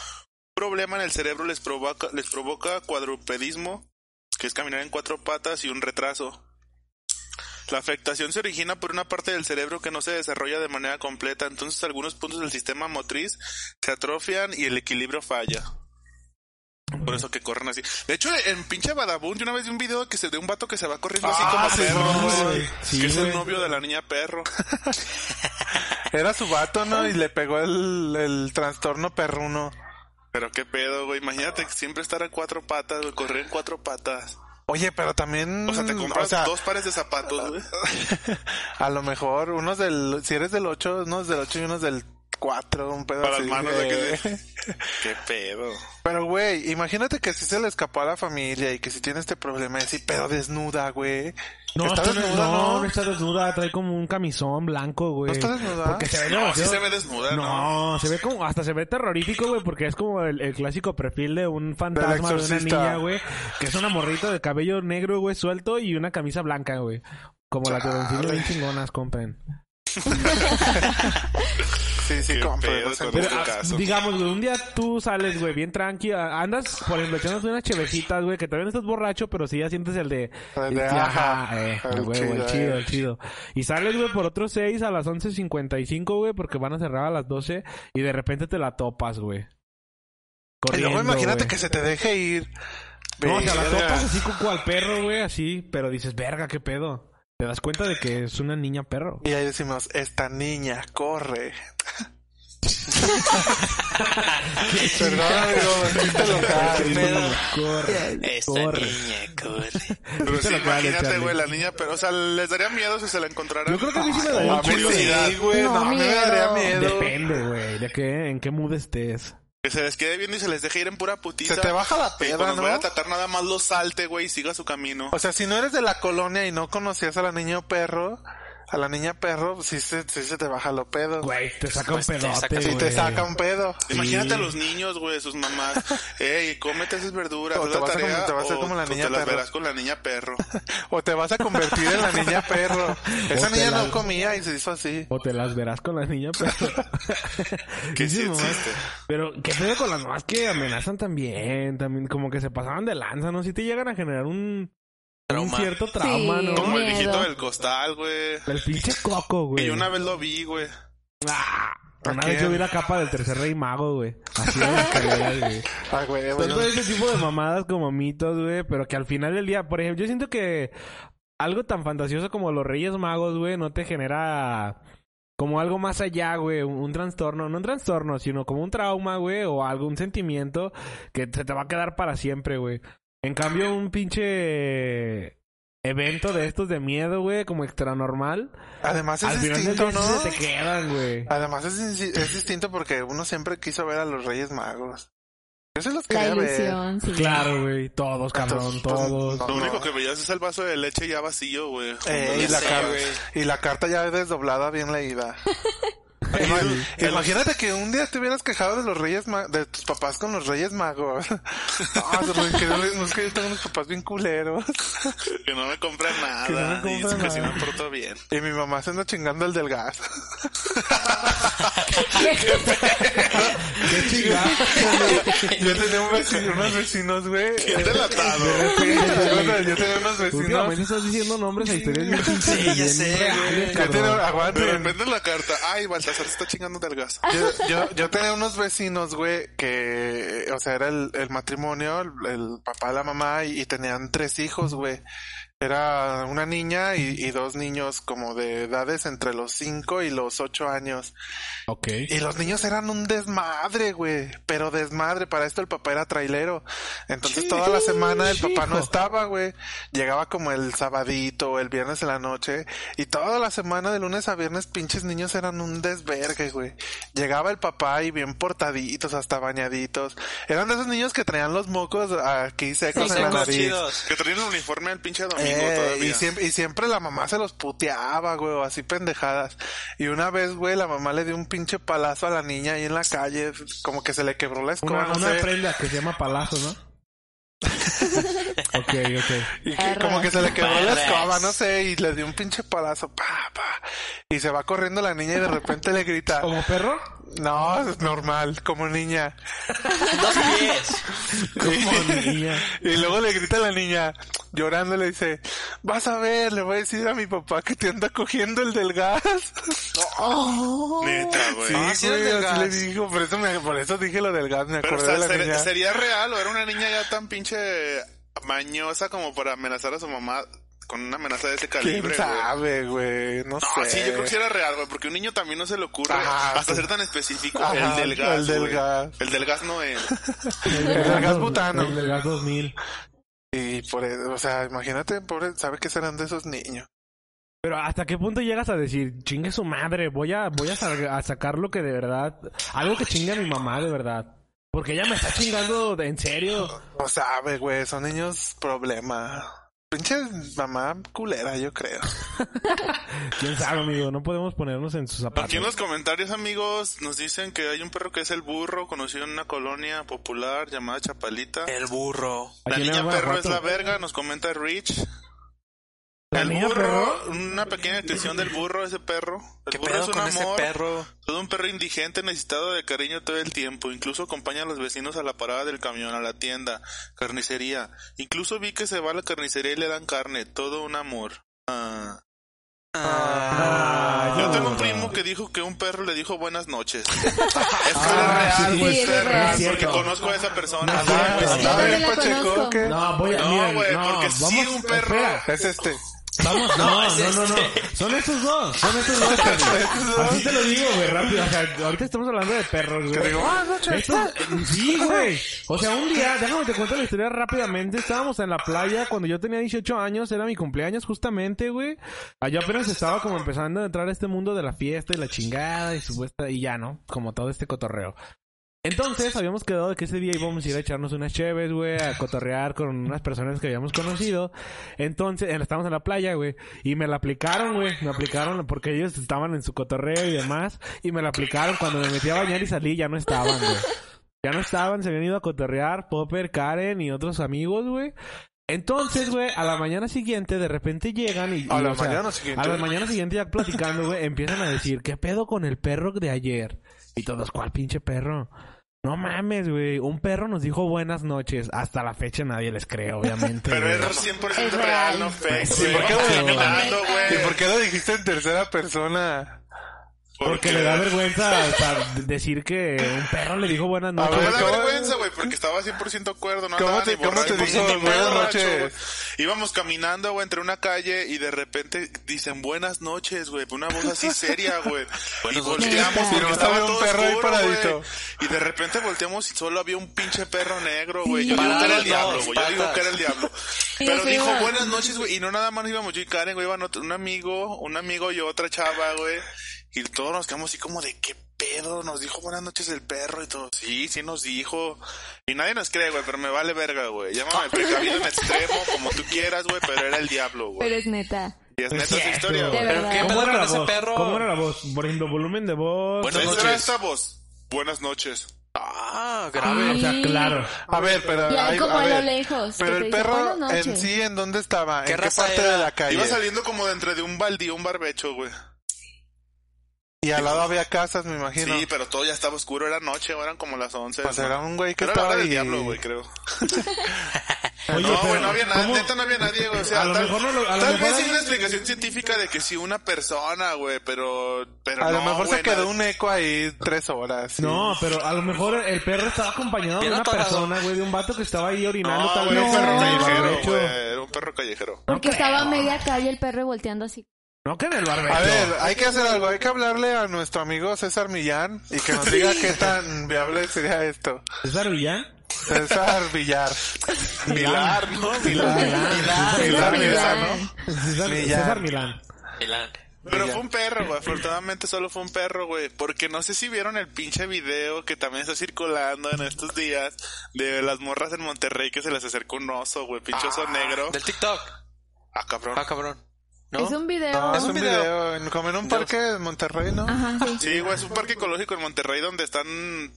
Speaker 4: problema en el cerebro les provoca, les provoca cuadrupedismo, que es caminar en cuatro patas y un retraso. La afectación se origina por una parte del cerebro que no se desarrolla de manera completa, entonces algunos puntos del sistema motriz se atrofian y el equilibrio falla. Por eso que corren así. De hecho, en pinche Badabun, yo una vez vi un video que se de un vato que se va corriendo así
Speaker 3: Ah,
Speaker 4: como
Speaker 3: sí,
Speaker 4: perro,
Speaker 3: güey.
Speaker 4: güey.
Speaker 2: Sí,
Speaker 4: que es el
Speaker 2: güey.
Speaker 4: novio de la niña perro.
Speaker 3: Era su vato, ¿no? Y le pegó el, el trastorno perruno.
Speaker 4: Pero qué pedo, güey. Imagínate que siempre estar a cuatro patas, güey, correr en cuatro patas.
Speaker 3: Oye, pero también.
Speaker 4: O sea, te compras
Speaker 3: Mm, o sea,
Speaker 4: dos pares de zapatos, güey.
Speaker 3: [laughs]
Speaker 4: [laughs]
Speaker 3: A lo mejor, unos del. Si eres del 8, unos del 8 y unos del 4, un pedo
Speaker 4: Para las
Speaker 3: así,
Speaker 4: manos
Speaker 3: güey.
Speaker 4: de que- Qué pedo.
Speaker 3: [laughs] Pero, güey, imagínate que si se le escapó a la familia y que si tiene este problema, decir, pero desnuda, güey.
Speaker 2: No,
Speaker 3: ¿Está
Speaker 2: está
Speaker 3: desnuda,
Speaker 2: no,
Speaker 3: no?
Speaker 2: no está desnuda, trae como un camisón blanco, güey.
Speaker 3: ¿No está desnuda?
Speaker 2: Porque se ve
Speaker 4: No, sí
Speaker 2: demasiado-
Speaker 4: se ve desnuda, ¿no?
Speaker 2: No, se ve como, hasta se ve terrorífico, güey, porque es como el, el clásico perfil de un fantasma de una
Speaker 3: exorcista.
Speaker 2: niña, güey, que es una morrita de cabello negro, güey, suelto y una camisa blanca, güey. Como la que de bien chingonas, compren.
Speaker 3: Sí, sí,
Speaker 4: Qué
Speaker 3: compré.
Speaker 4: pedo
Speaker 3: no sé.
Speaker 4: con
Speaker 3: Pero-
Speaker 2: Pero,
Speaker 4: este
Speaker 2: ah,
Speaker 4: caso.
Speaker 2: digamos, güey, un día tú sales, güey, bien tranqui, ah, andas, por ejemplo, echándote unas chevecitas, güey, que todavía no estás borracho, pero sí ya sientes el de...
Speaker 3: El de, ajá,
Speaker 2: eh,
Speaker 3: el
Speaker 2: güey, el
Speaker 3: chido,
Speaker 2: chido,
Speaker 3: eh.
Speaker 2: el chido. Y sales, güey, por otros 6 a las 11.55, güey, porque van a cerrar a las 12 y de repente te la topas, güey.
Speaker 3: Y luego
Speaker 2: Corriendo,
Speaker 3: imagínate
Speaker 2: güey.
Speaker 3: que se te deje ir.
Speaker 2: No, o sea, la
Speaker 3: Verga.
Speaker 2: topas así con cual perro, güey, así, pero dices, verga, qué pedo. Te das cuenta de que es una niña perro.
Speaker 3: [laughs] Y ahí decimos, esta niña
Speaker 2: [laughs]
Speaker 3: corre. Perdón, amigo, me
Speaker 2: [laughs]
Speaker 3: hiciste
Speaker 1: Qué
Speaker 3: local.
Speaker 1: pedo.
Speaker 2: Corre,
Speaker 1: Esta
Speaker 2: corre.
Speaker 1: niña,
Speaker 4: [laughs]
Speaker 1: corre.
Speaker 4: Pero sí,
Speaker 2: la cara de
Speaker 4: imagínate,
Speaker 2: Charlie.
Speaker 4: güey, la niña, pero, o sea, les daría miedo si se la encontraran.
Speaker 2: Yo creo que a mí
Speaker 4: [laughs]
Speaker 2: sí me
Speaker 4: Ay,
Speaker 2: daría un
Speaker 4: a mí
Speaker 2: chingo
Speaker 4: sí,
Speaker 2: de...
Speaker 3: güey, no,
Speaker 5: No,
Speaker 3: a mí me
Speaker 5: miedo.
Speaker 3: daría miedo.
Speaker 2: Depende, güey, de qué, en qué mood estés.
Speaker 4: Que se les quede viendo y se les deje ir en pura putiza.
Speaker 3: Se te baja la
Speaker 4: Y
Speaker 3: peda,
Speaker 4: cuando vaya a
Speaker 3: ¿no?
Speaker 4: tratar nada más lo salte, güey, y siga su camino.
Speaker 3: O sea, si no eres de la colonia y no conocías a la niña perro, a la niña perro, sí se, sí se te baja lo pedo.
Speaker 2: Güey, te saca un
Speaker 1: Pues te
Speaker 2: pedote,
Speaker 1: saca-
Speaker 2: güey.
Speaker 3: Sí te saca un pedo.
Speaker 4: Imagínate a los niños, güey,
Speaker 3: [laughs]
Speaker 4: sus mamás. Ey, cómete esas verduras,
Speaker 3: O
Speaker 4: haz
Speaker 3: te
Speaker 4: la
Speaker 3: vas a
Speaker 4: tarea,
Speaker 3: como- te vas a hacer
Speaker 4: o
Speaker 3: como la
Speaker 4: tú
Speaker 3: niña
Speaker 4: te las
Speaker 3: perro.
Speaker 4: verás con la niña perro.
Speaker 3: [laughs] O te vas a convertir en la niña perro.
Speaker 2: [laughs]
Speaker 3: Esa
Speaker 2: O te
Speaker 3: niña
Speaker 2: la-
Speaker 3: no comía y se hizo así.
Speaker 2: O te las verás con la
Speaker 3: [laughs]
Speaker 2: niña, pero... [laughs]
Speaker 4: que
Speaker 2: Dices,
Speaker 4: sí
Speaker 2: "Mamá,
Speaker 4: existe.
Speaker 2: Pero, ¿qué pedo con las mamás que amenazan también? También, como que se pasaban de lanza, ¿no? Si te llegan a generar un... Un
Speaker 1: Trauma.
Speaker 2: cierto trauma,
Speaker 5: Sí.
Speaker 2: ¿no?
Speaker 4: Como el
Speaker 5: miedo.
Speaker 4: viejito del costal, güey.
Speaker 2: El pinche coco,
Speaker 4: Y
Speaker 2: güey.
Speaker 4: yo una vez lo vi, güey.
Speaker 2: Ah, una
Speaker 3: ¿A
Speaker 2: vez
Speaker 3: quién?
Speaker 2: yo vi la capa del tercer rey mago, güey.
Speaker 4: [laughs]
Speaker 2: Así en las escaleras, güey.
Speaker 3: Ah, güey, güey.
Speaker 2: Todo ese tipo de mamadas como mitos, güey, pero que al final del día, por ejemplo, yo siento que algo tan fantasioso como los Reyes Magos, güey, no te genera como algo más allá, güey, un, un trastorno, no un trastorno, sino como un trauma, güey, o algún sentimiento que se te va a quedar para siempre, güey. En cambio, un pinche evento de estos de miedo, güey, como extra normal,
Speaker 3: Además
Speaker 2: al
Speaker 3: es
Speaker 2: final del
Speaker 3: distinto,
Speaker 2: día
Speaker 3: ¿no? Ah,
Speaker 2: sí se te quedan, güey.
Speaker 3: Además es, insi- es distinto porque uno siempre quiso ver a los Reyes Magos. Yo sí los
Speaker 5: La
Speaker 3: quería ver.
Speaker 5: ilusión, sí.
Speaker 2: Claro, güey, todos, cabrón,
Speaker 3: Entonces, pues,
Speaker 2: todos.
Speaker 3: no,
Speaker 4: Lo
Speaker 3: no.
Speaker 4: único que veías es el vaso de leche ya vacío, güey.
Speaker 3: Eh, y,
Speaker 1: Ya
Speaker 3: la
Speaker 1: sé,
Speaker 3: car-
Speaker 1: güey.
Speaker 3: y la carta ya desdoblada, bien
Speaker 5: [laughs]
Speaker 3: leída. Ima-
Speaker 4: Ahí,
Speaker 3: Imagínate que un día te hubieras quejado de los Reyes Ma- de tus papás con los Reyes Magos. [laughs] Ah, se re- que no, es que yo tengo unos papás bien culeros. [laughs]
Speaker 4: Que no me compran nada.
Speaker 3: Que no me
Speaker 4: y
Speaker 3: compran
Speaker 4: que si
Speaker 3: nada.
Speaker 4: me porto
Speaker 3: [laughs]
Speaker 4: bien.
Speaker 3: Y mi mamá se anda chingando el del gas.
Speaker 2: [laughs] Qué chingada.
Speaker 3: [laughs] Yo tenía un vecino- unos vecinos, güey.
Speaker 4: Bien delatado.
Speaker 3: Yo tenía unos vecinos.
Speaker 2: Últimamente estás diciendo nombres a historias bien
Speaker 1: Sí, ya
Speaker 2: bien
Speaker 1: sé,
Speaker 2: reales,
Speaker 1: güey.
Speaker 3: Yo
Speaker 2: cabrón.
Speaker 3: tenía, aguante,
Speaker 4: De repente en la carta. Ay, Baltasar se está chingando del gas.
Speaker 3: yo, yo, yo tenía unos vecinos, güey, que, o sea, era el, el matrimonio, el, el papá, la mamá, y, y tenían tres hijos, güey. Era una niña y, y dos niños como de edades entre los cinco y los ocho años.
Speaker 2: Ok.
Speaker 3: Y los niños eran un desmadre, güey. Pero desmadre. Para esto el papá era trailero. Entonces toda la semana el papá no
Speaker 2: Hijo.
Speaker 3: estaba, güey. Llegaba como el sabadito o el viernes en la noche. Y toda la semana de lunes a viernes pinches niños eran un desvergue, güey. Llegaba el papá y bien portaditos, hasta bañaditos. Eran de esos niños que traían los mocos aquí secos
Speaker 1: Los
Speaker 3: en la
Speaker 1: secos
Speaker 3: nariz.
Speaker 1: chidos.
Speaker 4: Que traían el uniforme del pinche domingo
Speaker 3: Eh,
Speaker 4: todavía.
Speaker 3: y, siempre, y siempre la mamá se los puteaba, güey, o así pendejadas. Y una vez, güey, la mamá le dio un pinche palazo a la niña ahí en la calle, como que se le quebró la escoba,
Speaker 2: Una,
Speaker 3: no
Speaker 2: una
Speaker 3: sé.
Speaker 2: prenda que se llama palazo, ¿no? ok, ok.
Speaker 3: Y que- como que se le quebró la
Speaker 1: Perras.
Speaker 3: escoba, no sé, y le dio un pinche palazo, pa, pa. Y se va corriendo la niña y de repente
Speaker 2: [laughs]
Speaker 3: le grita,
Speaker 2: ¿Como perro?
Speaker 3: no, es normal, como niña.
Speaker 1: Dos pies.
Speaker 2: Como niña.
Speaker 3: Y luego le grita a la niña, llorando, le dice, vas a ver, le voy a decir a mi papá que te anda cogiendo el del gas.
Speaker 4: Neta, güey.
Speaker 3: Sí,
Speaker 1: Ah, sí era el
Speaker 3: güey,
Speaker 1: del
Speaker 3: así le
Speaker 1: gas.
Speaker 3: dijo, por eso, me, por eso dije lo del gas, me
Speaker 4: Pero, o
Speaker 3: acordé
Speaker 4: sea,
Speaker 3: de la
Speaker 4: ¿ser-
Speaker 3: niña.
Speaker 4: ¿sería real o era una niña ya tan pinche mañosa como para amenazar a su mamá con una amenaza de ese
Speaker 3: ¿Quién
Speaker 4: calibre, güey?
Speaker 3: sabe, güey? No,
Speaker 4: No,
Speaker 3: sé.
Speaker 4: sí, yo creo que sí era real, güey, porque a un niño también no se le ocurre
Speaker 3: Ajá,
Speaker 4: hasta
Speaker 3: sí.
Speaker 4: ser tan específico.
Speaker 3: Ajá,
Speaker 4: el del gas.
Speaker 3: el del
Speaker 4: güey.
Speaker 3: gas.
Speaker 4: El del gas no [laughs] es.
Speaker 2: El
Speaker 3: del gas butano.
Speaker 2: El del gas 2000.
Speaker 3: Y por eso, o sea, imagínate, pobre, ¿sabe qué serán de esos niños?
Speaker 2: Pero ¿hasta qué punto llegas a decir, chingue su madre, voy a, voy a, sal- a sacar lo que de verdad, algo que chingue a mi mamá de verdad? Porque ella me está chingando de en serio.
Speaker 3: No sabe, güey, son niños problema. Pinche mamá culera, yo creo.
Speaker 2: ¿Quién sabe, amigo? No podemos ponernos en sus zapatos.
Speaker 4: Aquí en los comentarios, amigos, nos dicen que hay un perro que es el burro, conocido en una colonia popular llamada
Speaker 1: Eh,
Speaker 4: Chapalita.
Speaker 1: El burro.
Speaker 4: La
Speaker 2: Aquí en
Speaker 4: niña perro es
Speaker 2: Guanajuato.
Speaker 4: la verga, nos comenta Rich.
Speaker 2: La
Speaker 4: El
Speaker 2: niña,
Speaker 4: burro,
Speaker 2: perro.
Speaker 4: una pequeña descripción del burro, ese perro. El
Speaker 1: ¿Qué
Speaker 4: burro
Speaker 1: pedo
Speaker 4: es un
Speaker 1: con ese
Speaker 4: amor,
Speaker 1: perro?
Speaker 4: todo un perro indigente necesitado de cariño todo el tiempo. Incluso acompaña a los vecinos a la parada del camión, a la tienda, carnicería. Incluso vi que se va a la carnicería y le dan carne. Todo un amor. Ah.
Speaker 2: Ah,
Speaker 4: Yo tengo un
Speaker 2: burro.
Speaker 4: primo que dijo que un perro le dijo buenas noches. Esto Ah, es real,
Speaker 2: Ah, sí,
Speaker 4: güey,
Speaker 5: sí,
Speaker 4: esto
Speaker 5: es
Speaker 4: es
Speaker 5: real.
Speaker 4: real,
Speaker 5: Es
Speaker 4: porque
Speaker 2: cierto.
Speaker 4: conozco a esa persona.
Speaker 2: No es
Speaker 4: Ah,
Speaker 2: cierto.
Speaker 4: pues,
Speaker 5: Yo
Speaker 3: A ver,
Speaker 5: también la
Speaker 3: Pacheco,
Speaker 5: conozco.
Speaker 3: ¿qué?
Speaker 2: No, voy a...
Speaker 4: No,
Speaker 2: miren,
Speaker 4: güey,
Speaker 2: no,
Speaker 4: porque sí,
Speaker 2: vamos,
Speaker 4: un perro.
Speaker 2: espera.
Speaker 3: Es este.
Speaker 2: Vamos, no, no,
Speaker 1: es
Speaker 2: no, no, Son esos dos, son esos dos. Carlos. Así te lo digo, güey, rápido. O sea, ahorita estamos hablando de perros, güey.
Speaker 3: digo, "Ah, no, che,
Speaker 2: Estos- Sí, güey. O sea, un día, déjame te cuento la historia rápidamente. Estábamos en la playa cuando yo tenía 18 años, era mi cumpleaños justamente, güey. Allá apenas estaba como empezando a entrar a este mundo de la fiesta y la chingada y supuesta y ya, ¿no? Como todo este cotorreo. Entonces habíamos quedado de que ese día íbamos a ir a echarnos unas cheves, güey, a cotorrear con unas personas que habíamos conocido. Entonces, eh, estábamos en la playa, güey, y me la aplicaron, güey, me aplicaron porque ellos estaban en su cotorreo y demás, y me la aplicaron cuando me metí a bañar y salí, ya no estaban, güey. Ya no estaban, se habían ido a cotorrear Popper, Karen y otros amigos, güey. Entonces, güey, a la mañana siguiente de repente llegan y... y,
Speaker 3: A la
Speaker 2: o sea,
Speaker 3: mañana siguiente.
Speaker 2: A la mañana siguiente ya platicando, güey, empiezan a decir, ¿qué pedo con el perro de ayer? Y todos, ¿cuál pinche perro? No mames, güey. Un perro nos dijo buenas noches. Hasta la fecha nadie les cree, obviamente.
Speaker 4: Pero
Speaker 2: güey.
Speaker 4: es 100%
Speaker 5: Es real.
Speaker 4: real, no fake.
Speaker 2: Sí,
Speaker 4: güey.
Speaker 3: ¿por qué,
Speaker 4: Vamos
Speaker 3: güey?
Speaker 4: caminando, güey.
Speaker 3: ¿Y por qué lo dijiste en tercera persona?
Speaker 2: Porque le da
Speaker 4: [laughs]
Speaker 2: vergüenza o sea, decir que un perro le dijo buenas
Speaker 4: No,
Speaker 2: noches.
Speaker 4: me
Speaker 3: ver,
Speaker 4: da
Speaker 3: ¿cómo-
Speaker 4: vergüenza, güey, porque estaba 100% acuerdo, no
Speaker 3: ¿Cómo
Speaker 4: andaba
Speaker 3: te-
Speaker 4: ni
Speaker 3: cómo
Speaker 4: borracho,
Speaker 3: te dijo
Speaker 4: ni pedo,
Speaker 3: buenas
Speaker 4: borracho,
Speaker 3: noches?
Speaker 4: güey. Íbamos caminando, güey, entre una calle y de repente dicen buenas noches, güey, una voz así seria, güey. y volteamos
Speaker 3: noches.
Speaker 4: porque
Speaker 3: Pero
Speaker 4: estaba
Speaker 3: había un
Speaker 4: todo
Speaker 3: perro ahí
Speaker 4: oscuro,
Speaker 3: paradito.
Speaker 4: güey. Y de repente volteamos y solo había un pinche perro negro, güey.
Speaker 5: Sí.
Speaker 4: Yo digo que era
Speaker 1: Parado
Speaker 4: el
Speaker 1: en
Speaker 4: diablo,
Speaker 1: dos
Speaker 4: güey. Yo digo
Speaker 1: patas.
Speaker 4: que era el diablo.
Speaker 5: Sí,
Speaker 4: Pero
Speaker 5: sí,
Speaker 4: dijo
Speaker 5: iba.
Speaker 4: buenas noches, güey. Y no nada más nos íbamos yo y Karen, güey. Iban otro- un amigo, un amigo y otra chava, güey. Y todos nos quedamos así como de qué pedo. Nos dijo buenas noches el perro y todo. Sí, sí nos dijo. Y nadie nos cree, güey. Pero me vale verga, güey. Llámame precavido en extremo, como tú quieras, güey. Pero era el diablo, güey.
Speaker 5: [laughs] Pero es neta.
Speaker 4: Y es neta esa historia,
Speaker 2: Cierto.
Speaker 4: güey.
Speaker 5: De verdad.
Speaker 1: ¿Qué
Speaker 2: ¿Cómo
Speaker 1: pedo
Speaker 2: era
Speaker 1: con
Speaker 2: la
Speaker 1: ese
Speaker 2: voz?
Speaker 1: perro?
Speaker 2: ¿Cómo era la voz? Por ejemplo, volumen de voz.
Speaker 1: Bueno,
Speaker 4: Esa
Speaker 1: noches.
Speaker 4: era esta voz. Buenas noches.
Speaker 1: Ah, grave.
Speaker 2: Ah, o sea,
Speaker 5: Sí.
Speaker 2: claro.
Speaker 3: A ver, pero.
Speaker 5: Y ahí
Speaker 3: hay-
Speaker 5: como
Speaker 3: a
Speaker 5: a lo
Speaker 3: ver,
Speaker 5: lejos, Pues que
Speaker 3: Pero
Speaker 5: te
Speaker 3: el
Speaker 5: dice,
Speaker 3: perro
Speaker 5: "Buenas noches".
Speaker 3: en sí, ¿en dónde estaba?
Speaker 1: ¿Qué
Speaker 3: ¿En qué
Speaker 1: raza
Speaker 3: parte
Speaker 1: era?
Speaker 3: de la calle?
Speaker 4: Iba saliendo como de entre de un baldío, un barbecho, güey.
Speaker 3: Y al lado había casas, me imagino.
Speaker 4: Sí, pero todo ya estaba oscuro. Era noche, güey, eran como las 11.
Speaker 3: Pues
Speaker 4: ¿no?
Speaker 3: era un güey que
Speaker 4: Era la
Speaker 3: estaba
Speaker 4: hora del
Speaker 3: ahí.
Speaker 4: diablo, güey, creo.
Speaker 2: Oye,
Speaker 4: no, güey,
Speaker 2: pero,
Speaker 4: no había nadie,
Speaker 2: ¿cómo?
Speaker 4: neta no había nadie, güey. O sea,
Speaker 2: A lo
Speaker 4: tal,
Speaker 2: mejor no lo- a lo
Speaker 4: tal
Speaker 2: mejor
Speaker 4: vez
Speaker 2: hay-
Speaker 4: hay una explicación científica de que si una persona, güey, pero, pero
Speaker 3: A
Speaker 4: no,
Speaker 3: lo mejor
Speaker 4: güey,
Speaker 3: se quedó
Speaker 4: nada.
Speaker 3: un eco ahí tres horas. sí.
Speaker 2: No, pero a lo mejor el perro estaba acompañado de
Speaker 1: Bien
Speaker 2: una
Speaker 1: atorado.
Speaker 2: persona, güey, de un vato que estaba ahí orinando
Speaker 4: No,
Speaker 2: tal
Speaker 4: güey,
Speaker 2: vez.
Speaker 4: un perro
Speaker 2: en el
Speaker 4: callejero,
Speaker 2: barbecho.
Speaker 4: güey. Era un perro callejero.
Speaker 5: Porque estaba a media calle el perro y volteando así.
Speaker 2: No que en el barbecho.
Speaker 3: A ver, hay que hacer algo, hay que hablarle a nuestro amigo César Millán y que nos diga qué tan viable sería esto.
Speaker 2: ¿César Villán?
Speaker 3: César Villar.
Speaker 4: Pilar, ¿no?
Speaker 3: [laughs]
Speaker 2: Milán.
Speaker 5: Ah,
Speaker 3: César
Speaker 5: Milán.
Speaker 3: Villar, ¿no?
Speaker 2: César,
Speaker 3: Millán.
Speaker 2: César Milán.
Speaker 1: Milán.
Speaker 4: Pero fue un perro, güey. Afortunadamente solo fue un perro, güey. Porque no sé si vieron el pinche video que también está circulando en estos días de las morras en Monterrey que se les acercó un oso, güey. Pinche oso negro.
Speaker 1: Del TikTok.
Speaker 4: Ah, cabrón.
Speaker 1: Ah, cabrón. ¿No?
Speaker 5: Es un video.
Speaker 3: No, Ah, es un
Speaker 1: video.
Speaker 3: video, en- como en un parque de Monterrey, ¿no?
Speaker 5: Ajá, sí.
Speaker 4: Sí, güey, es un parque ecológico en Monterrey donde están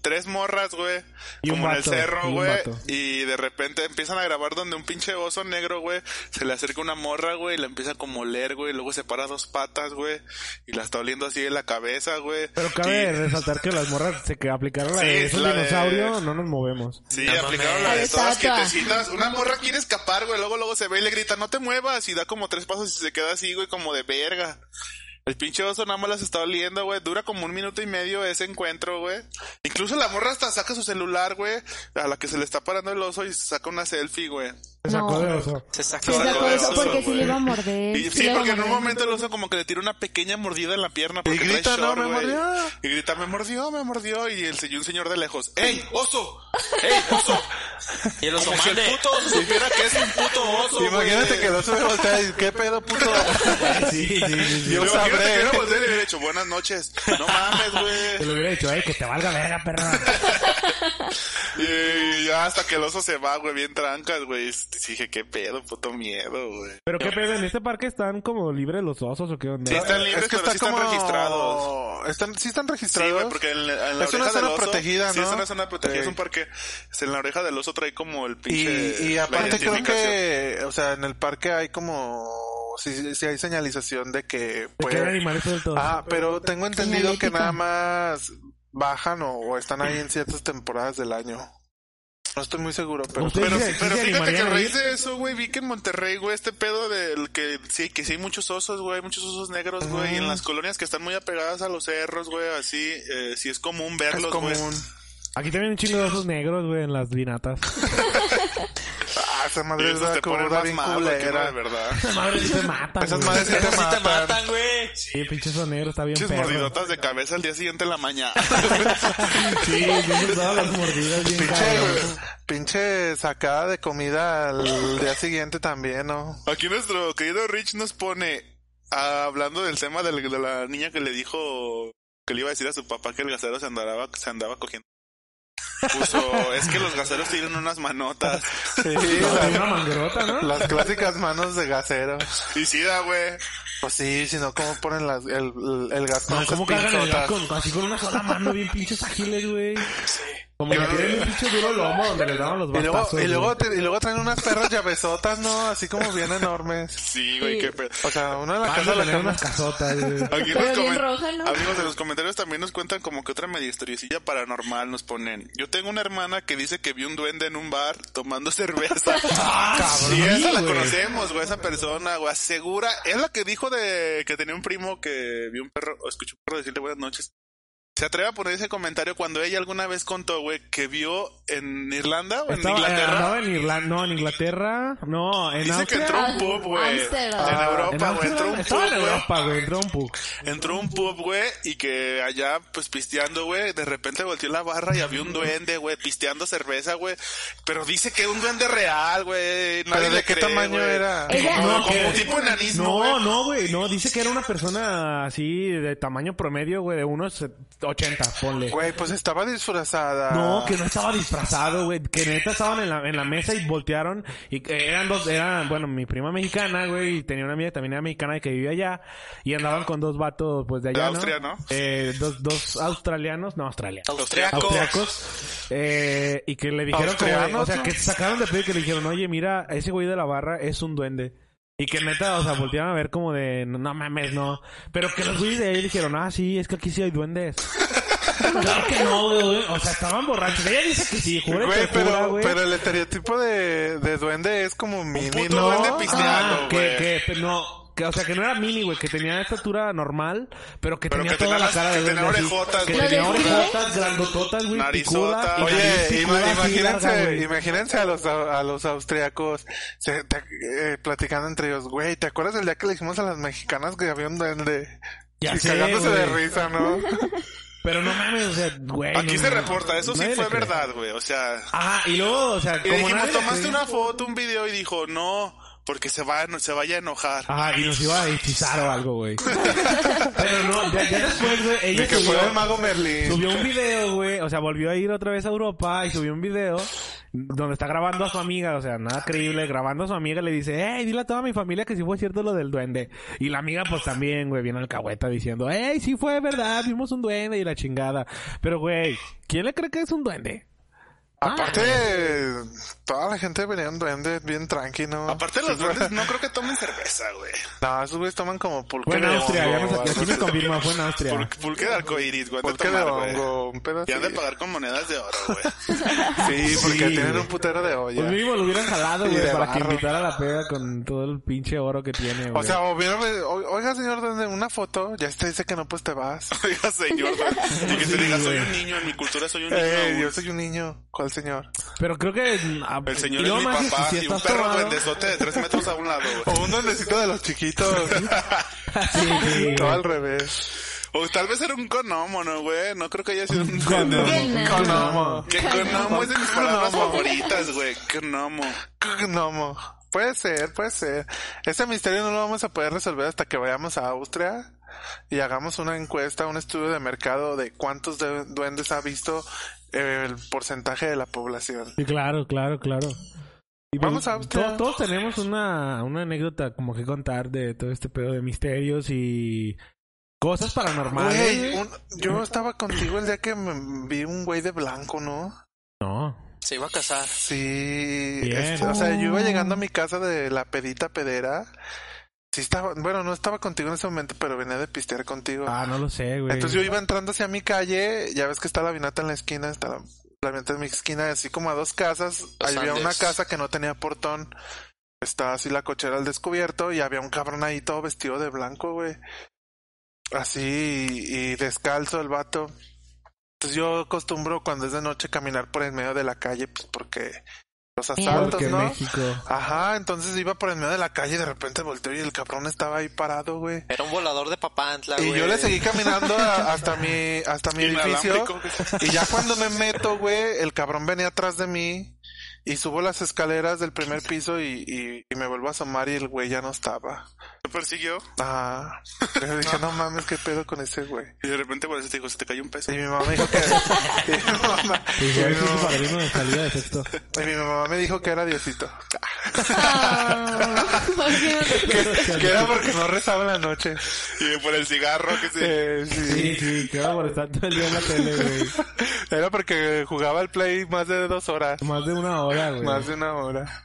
Speaker 4: tres morras, güey.
Speaker 2: Y un
Speaker 4: Como en el
Speaker 2: vato, y
Speaker 4: cerro,
Speaker 2: un
Speaker 4: güey.
Speaker 2: vato.
Speaker 4: Y de repente empiezan a grabar donde un pinche oso negro, güey, se le acerca una morra, güey, y la empieza como a oler, güey. y Luego se para dos patas, güey. Y la está oliendo así de la cabeza, güey.
Speaker 2: Pero
Speaker 4: Y-
Speaker 2: cabe resaltar que las morras se que aplicaron la
Speaker 4: Sí,
Speaker 2: de
Speaker 4: es
Speaker 2: "Es un
Speaker 4: la de-
Speaker 2: dinosaurio, no nos movemos.
Speaker 4: Sí,
Speaker 1: No
Speaker 4: aplicaron
Speaker 1: mames.
Speaker 4: la
Speaker 5: Ahí
Speaker 4: de
Speaker 5: está,
Speaker 4: todas
Speaker 5: toda.
Speaker 4: quietecitas. Una morra quiere escapar, güey. Luego, luego se ve y le grita, no te muevas. Y da como tres pasos y se queda así, güey, como de verga. El pinche oso nada más las está oliendo, güey. Dura como un minuto y medio ese encuentro, güey. Incluso la morra hasta saca su celular, güey. A la que se le está parando el oso y saca una selfie, güey.
Speaker 2: Se sacó
Speaker 5: No.
Speaker 2: de oso.
Speaker 1: Se
Speaker 5: Sí,
Speaker 1: sacó
Speaker 4: [laughs]
Speaker 5: es
Speaker 4: Sacó
Speaker 5: la
Speaker 1: de
Speaker 4: de
Speaker 5: cosa,
Speaker 4: oso,
Speaker 5: porque si
Speaker 4: güey.
Speaker 5: le iba a morder.
Speaker 4: Y,
Speaker 5: le
Speaker 4: sí,
Speaker 5: iba a
Speaker 4: porque en un
Speaker 5: morder.
Speaker 4: momento el oso como que le tira una pequeña mordida en la pierna. Porque trae
Speaker 3: grita, "No, me
Speaker 4: güey".
Speaker 3: mordió.
Speaker 4: Y grita, me mordió, me mordió. Y, el, se- y un señor de lejos, ¡Ey, oso! ¡Ey, oso!
Speaker 1: Y el oso
Speaker 4: Como si el
Speaker 1: mande.
Speaker 4: puto oso supiera que es un puto
Speaker 5: Ah,
Speaker 4: oso.
Speaker 3: Imagínate
Speaker 4: güey.
Speaker 3: que lo sube voltea y qué pedo, puto.
Speaker 2: Ah, Sí, sí, sí. sí.
Speaker 3: Yo
Speaker 4: Imagínate
Speaker 3: sabré.
Speaker 4: que no volteé y le hubiera dicho buenas noches. No mames,
Speaker 2: Te
Speaker 4: güey.
Speaker 2: lo hubiera dicho, eh, que te valga verga, perro.
Speaker 4: Y ya hasta que el oso se va, güey, bien trancas, güey. Y Dije, qué pedo, puto miedo, güey.
Speaker 2: Pero qué pedo, en este parque están como libres los osos o qué onda.
Speaker 4: Sí, están libres,
Speaker 3: Es que
Speaker 4: pero
Speaker 3: está
Speaker 4: sí están
Speaker 3: como...
Speaker 4: registrados.
Speaker 3: Están, sí están
Speaker 4: Sí,
Speaker 3: registrados.
Speaker 4: güey, porque en, la- en la
Speaker 3: Es
Speaker 4: oreja
Speaker 3: una
Speaker 4: del
Speaker 3: zona
Speaker 4: oso-
Speaker 3: protegida,
Speaker 4: Sí, es
Speaker 3: ¿no?
Speaker 4: una zona protegida, es
Speaker 3: Sí.
Speaker 4: un parque. es En la oreja del oso trae como el pinche...
Speaker 3: Y, y
Speaker 4: la
Speaker 3: aparte creo
Speaker 4: identificación.
Speaker 3: que, o sea, en el parque hay como si, si hay señalización de que
Speaker 2: De que
Speaker 3: puede-
Speaker 2: eran animales del todo.
Speaker 3: Ah, pero tengo entendido que
Speaker 5: Señalética.
Speaker 3: nada más bajan o, o están ahí en ciertas temporadas del año. No estoy muy seguro, pero...
Speaker 2: Ustedes
Speaker 3: pero
Speaker 2: Sí,
Speaker 4: Pero, sí-
Speaker 2: sí
Speaker 4: pero
Speaker 2: se
Speaker 4: fíjate que a
Speaker 2: animarían a
Speaker 4: raíz
Speaker 2: ir.
Speaker 4: de eso, güey, vi que en Monterrey, güey, este pedo del que sí, que sí hay muchos osos, güey, hay muchos osos negros, güey, y
Speaker 3: Ah.
Speaker 4: en las colonias que están muy apegadas a los cerros, güey, así, eh, sí es común
Speaker 3: es
Speaker 4: verlos, güey.
Speaker 3: común.
Speaker 2: Aquí también un chingo de esos negros, güey, en las vinatas. [laughs]
Speaker 3: Ah, esa
Speaker 4: Y
Speaker 3: madre es
Speaker 4: esos te
Speaker 3: como
Speaker 4: ponen
Speaker 3: una
Speaker 4: más
Speaker 3: bien
Speaker 4: malo que uno de
Speaker 3: culera.
Speaker 4: verdad.
Speaker 2: madres sí te matan.
Speaker 3: Esas
Speaker 2: güey.
Speaker 3: madres sí
Speaker 1: Esas
Speaker 3: te
Speaker 1: sí te
Speaker 3: matan.
Speaker 1: matan, güey.
Speaker 2: Sí, pinche esos negros, está bien
Speaker 4: Pinches
Speaker 2: perro.
Speaker 4: mordidotas de cabeza al día siguiente en
Speaker 3: [laughs]
Speaker 4: la mañana.
Speaker 2: Sí, yo me daba las mordidas bien cabrón.
Speaker 3: Pinche, pinche sacada de comida al día siguiente también, ¿no?
Speaker 4: Aquí nuestro querido Rich nos pone, ah, hablando del tema del- de la niña que le dijo que le iba a decir a su papá que el gasero se andaba, se andaba cogiendo. Puso, es que los gaseros tienen unas manotas.
Speaker 3: [laughs] Sí,
Speaker 2: Tenía
Speaker 3: las,
Speaker 2: Una mangrota, ¿no?
Speaker 3: las clásicas manos de gasero.
Speaker 4: Y sí, da, güey.
Speaker 3: Pues sí, sino cómo ponen las, el, el, el gas con
Speaker 2: No,
Speaker 3: esas
Speaker 2: ¿cómo cargan el gas
Speaker 3: pinzotas.
Speaker 2: con, así con una sola mano bien pinches ágiles, güey? Como que
Speaker 4: Pero-
Speaker 2: tienen un pinche duro lomo donde les daban los
Speaker 3: Y luego,
Speaker 2: batazos.
Speaker 3: y, luego,
Speaker 2: güey.
Speaker 3: te- y luego traen unas perras llavesotas, ¿no? Así como bien enormes.
Speaker 4: Sí, güey,
Speaker 5: Sí.
Speaker 4: qué pedo.
Speaker 3: O sea, uno en la
Speaker 2: Van
Speaker 3: casa
Speaker 2: a
Speaker 3: de la
Speaker 2: tener
Speaker 3: cama.
Speaker 2: unas casotas,
Speaker 3: [laughs]
Speaker 2: güey.
Speaker 4: Aquí
Speaker 5: Pero
Speaker 4: nos
Speaker 5: bien
Speaker 4: comen-
Speaker 5: roja, ¿no?
Speaker 4: Amigos de los comentarios también nos cuentan como que otra media historiecilla paranormal nos ponen. Yo tengo una hermana que dice que vio un duende en un bar
Speaker 2: [laughs]
Speaker 4: tomando [laughs] cerveza.
Speaker 3: Ah,
Speaker 2: cabrón,
Speaker 4: Y esa la
Speaker 2: Ah, güey.
Speaker 4: conocemos, güey, esa persona, güey, asegura. Es la que dijo de que tenía un primo que vio un perro, o escuchó un perro decirle buenas noches. Se atreve a poner ese comentario cuando ella alguna vez contó, güey, que vio en Irlanda o en
Speaker 2: Estaba, eh,
Speaker 4: Inglaterra.
Speaker 2: andaba en Irlanda, no, en Inglaterra, no, en
Speaker 4: Dice que
Speaker 2: Austria.
Speaker 4: entró un
Speaker 5: Ah,
Speaker 4: pub, güey. En
Speaker 5: Ámsterdam.
Speaker 3: Ah,
Speaker 2: en
Speaker 4: Europa, güey.
Speaker 2: Ámsterdam,
Speaker 4: Entró un pub,
Speaker 2: estaba en
Speaker 4: güey.
Speaker 2: Europa, güey, entró un pub.
Speaker 4: Entró un pub, güey, y que allá, pues pisteando, güey, de repente volteó la barra y había un duende, güey, pisteando cerveza, güey. Pero dice que un duende real, güey. nadie
Speaker 3: ¿Pero de
Speaker 4: le
Speaker 3: qué
Speaker 4: cree,
Speaker 3: tamaño
Speaker 4: güey.
Speaker 3: era?
Speaker 5: Ella-
Speaker 4: Como,
Speaker 2: No,
Speaker 4: como
Speaker 2: que-
Speaker 4: tipo enanismo,
Speaker 2: No,
Speaker 4: güey.
Speaker 2: no, güey, no, dice que era una persona así de tamaño promedio, güey, de unos eh, 80, ponle.
Speaker 3: Güey, pues estaba disfrazada.
Speaker 2: No, que no estaba disfrazado, güey. Que neta estaban en la, en la mesa y voltearon. Y que eran dos, eran, bueno, mi prima mexicana, güey, y tenía una amiga que también era mexicana y que vivía allá. Y andaban con dos vatos, pues de allá.
Speaker 4: De
Speaker 2: ¿no?
Speaker 4: Austria, ¿no?
Speaker 2: Eh, dos, dos australianos, no, Australia.
Speaker 1: Austriaco.
Speaker 2: Austriacos. Eh, y que le dijeron, como, de- o
Speaker 3: Austrianos,
Speaker 2: sea,
Speaker 3: ¿no?
Speaker 2: que sacaron de pedo y que le dijeron, oye, mira, ese güey de la barra es un duende. Y que neta, o sea, voltearon a ver como de, no, no mames, no. Pero que los güeyes de ahí dijeron, ah, sí, es que aquí sí hay duendes. claro que no, güey. O sea, estaban borrachos. Ella dice que sí, jura y
Speaker 3: Güey,
Speaker 2: perjura,
Speaker 3: pero,
Speaker 2: güey.
Speaker 3: pero el estereotipo de, de duende es como mini,
Speaker 4: puto
Speaker 3: ¿no?
Speaker 4: duende pis-
Speaker 2: Ah,
Speaker 4: pisteando,
Speaker 2: que,
Speaker 4: güey.
Speaker 2: que, pero no. Que, o sea, que no era mini, güey, que tenía estatura normal, pero que
Speaker 4: Pero
Speaker 2: tenía
Speaker 4: que
Speaker 2: toda
Speaker 4: tenía
Speaker 2: la cara
Speaker 4: las-
Speaker 2: de
Speaker 4: que tenía
Speaker 2: duende así.
Speaker 4: orejotas,
Speaker 2: Que
Speaker 4: güey,
Speaker 2: tenía
Speaker 5: picuda.
Speaker 2: orejotas grandototas, güey,
Speaker 4: Narizota.
Speaker 2: picuda. y
Speaker 4: Oye,
Speaker 2: nariz
Speaker 3: Oye,
Speaker 2: picuda
Speaker 3: ima-
Speaker 2: así
Speaker 3: imagínense,
Speaker 2: larga, güey.
Speaker 3: imagínense a los, a los austriacos se- te- eh, platicando entre ellos. Güey, ¿te acuerdas el día que le dijimos a las mexicanas que había un duende?
Speaker 2: Ya
Speaker 3: y
Speaker 2: sé,
Speaker 3: cagándose de
Speaker 2: güey.
Speaker 3: risa,
Speaker 2: [laughs]
Speaker 3: ¿no?
Speaker 2: Pero no mames, o sea, güey.
Speaker 4: Aquí
Speaker 2: no,
Speaker 4: se
Speaker 2: no,
Speaker 4: reporta, eso sí
Speaker 2: nadie
Speaker 4: fue
Speaker 2: le cree.
Speaker 4: verdad, güey. O sea,
Speaker 2: Ajá, y luego, o sea,
Speaker 4: y
Speaker 2: como nadie
Speaker 4: dijimos,
Speaker 2: le
Speaker 4: tomaste
Speaker 2: cree-
Speaker 4: una foto, un video y dijo, no, porque se, va, a- se vaya a enojar.
Speaker 2: Ajá, y nos iba a hechizar o algo, güey. Pero no, ya, ya después, güey, ella
Speaker 3: Y que
Speaker 2: subió,
Speaker 3: fue el mago Merlín.
Speaker 2: subió un video, güey. O sea, volvió a ir otra vez a Europa y subió un video donde está grabando a su amiga, o sea, nada creíble. Grabando a su amiga le dice, hey, dile a toda mi familia que sí fue cierto lo del duende. Y la amiga, pues también, güey, viene alcahueta diciendo, hey, sí fue verdad, vimos un duende y la chingada. Pero, güey, ¿quién le cree que es un duende?
Speaker 3: Aparte,
Speaker 2: Ah.
Speaker 3: toda la gente venía un duende bien tranqui, ¿no?
Speaker 4: Aparte los duendes no creo que tomen cerveza,
Speaker 2: [laughs]
Speaker 4: güey.
Speaker 3: No, esos güeyes toman como pulque
Speaker 2: Fue en
Speaker 3: de
Speaker 2: Austria, ya
Speaker 3: hongo.
Speaker 2: me, ya sí me confirma, fue en Austria.
Speaker 4: Pul- Pulque de arcoiris, güey. han de
Speaker 3: Pulque de
Speaker 4: tomar, güey.
Speaker 3: hongo, un pedo
Speaker 4: Y han de
Speaker 3: así.
Speaker 4: pagar con monedas de oro, güey.
Speaker 3: Sí,
Speaker 2: Sí,
Speaker 3: porque tienen
Speaker 2: güey.
Speaker 3: un putero de olla.
Speaker 2: Pues mínimo lo hubieran jalado,
Speaker 3: Y
Speaker 2: güey,
Speaker 3: de
Speaker 2: para que
Speaker 3: barro.
Speaker 2: invitara a la peda con todo el pinche oro que tiene, güey.
Speaker 3: O sea, o vieron, o- oiga señor, ¿dónde una foto? Ya te dice que no, pues te
Speaker 4: [laughs]
Speaker 3: vas.
Speaker 4: Oiga, señor. güey. Y que
Speaker 2: Sí,
Speaker 4: te diga, soy
Speaker 2: güey.
Speaker 4: un niño, en mi cultura soy un niño.
Speaker 3: Eh,
Speaker 4: güey.
Speaker 3: yo soy un niño. ¿Cuál señor?
Speaker 2: pero creo que... mm, a-
Speaker 4: El señor
Speaker 2: y
Speaker 4: es
Speaker 2: luego
Speaker 4: mi
Speaker 2: más si-
Speaker 4: papá
Speaker 2: si
Speaker 4: y un
Speaker 2: estás
Speaker 4: perro
Speaker 2: tomado- [laughs]
Speaker 4: duendesote de tres metros a un lado,
Speaker 3: O
Speaker 4: güey.
Speaker 3: un duendecito de los chiquitos. [laughs]
Speaker 2: Sí, sí, güey.
Speaker 3: Todo al revés.
Speaker 4: O tal vez era un conomo, ¿no, güey? No creo que haya sido un
Speaker 2: [laughs] Conomo.
Speaker 4: duende.
Speaker 5: Conomo.
Speaker 3: Conomo.
Speaker 4: Que conomo es de mis
Speaker 3: Conomo.
Speaker 4: palabras favoritas, güey. Conomo.
Speaker 3: Conomo. Puede ser, puede ser. Ese misterio no lo vamos a poder resolver hasta que vayamos a Austria y hagamos una encuesta, un estudio de mercado de cuántos de- duendes ha visto eh, el porcentaje de la población.
Speaker 2: Sí, claro, claro, claro. Y
Speaker 3: Vamos a Austria.
Speaker 2: Todos, todos tenemos una, una anécdota como que contar de todo este pedo de misterios y... Cosas paranormales.
Speaker 3: Güey,
Speaker 2: güey.
Speaker 3: un- yo estaba contigo el día que me vi un güey de blanco, ¿no?
Speaker 2: No.
Speaker 1: Se iba a casar.
Speaker 3: Sí,
Speaker 2: Bien.
Speaker 3: este, o sea, yo iba llegando a mi casa de la pedita pedera Sí estaba, bueno, no estaba contigo en ese momento, pero venía de pistear contigo.
Speaker 2: Ah, no lo sé, güey.
Speaker 3: Entonces yo iba entrando hacia mi calle, ya ves que está la vinata en la esquina, está la, la vinata en mi esquina, así como a dos casas.
Speaker 1: Los
Speaker 3: ahí había una
Speaker 1: Andes.
Speaker 3: casa que no tenía portón. Estaba así la cochera al descubierto y había un cabrón ahí todo vestido de blanco, güey. Así y, y descalzo el vato. Entonces yo acostumbro cuando es de noche caminar por en medio de la calle, pues porque los asaltos,
Speaker 2: Porque
Speaker 3: ¿no?
Speaker 2: México.
Speaker 3: Ajá, entonces iba por en medio de la calle y de repente volteo y el cabrón estaba ahí parado, güey.
Speaker 1: Era un volador de papantla,
Speaker 3: Y
Speaker 1: güey.
Speaker 3: yo le seguí caminando a- hasta mi, hasta mi edificio.
Speaker 4: Inalámbrico.
Speaker 2: [laughs]
Speaker 3: Y ya cuando me meto, güey, el cabrón venía atrás de mí y subo las escaleras del primer piso y, y, y me vuelvo a asomar y el güey ya no estaba.
Speaker 4: Te persiguió
Speaker 3: Ah, le dije, no mames, qué pedo con ese güey.
Speaker 4: y de repente por eso te dijo, se te cayó un peso.
Speaker 3: Y mi mamá dijo que... y, mi mamá,
Speaker 2: Pues
Speaker 3: y
Speaker 2: ya
Speaker 3: mi
Speaker 2: ves, es el
Speaker 3: mamá-
Speaker 2: padrino de salida de sexto.
Speaker 3: y mi mamá me dijo que era Diosito. [laughs]
Speaker 5: Ah, [laughs] ¿por qué no te-
Speaker 3: Que, que era porque no rezaba en la noche.
Speaker 4: Y por el cigarro que se...
Speaker 3: Eh, sí.
Speaker 2: Sí, sí, claro, por estar todo el día en la tele, güey.
Speaker 3: Era porque jugaba al play más de dos horas.
Speaker 2: Más de una hora, güey.
Speaker 3: Más de una hora.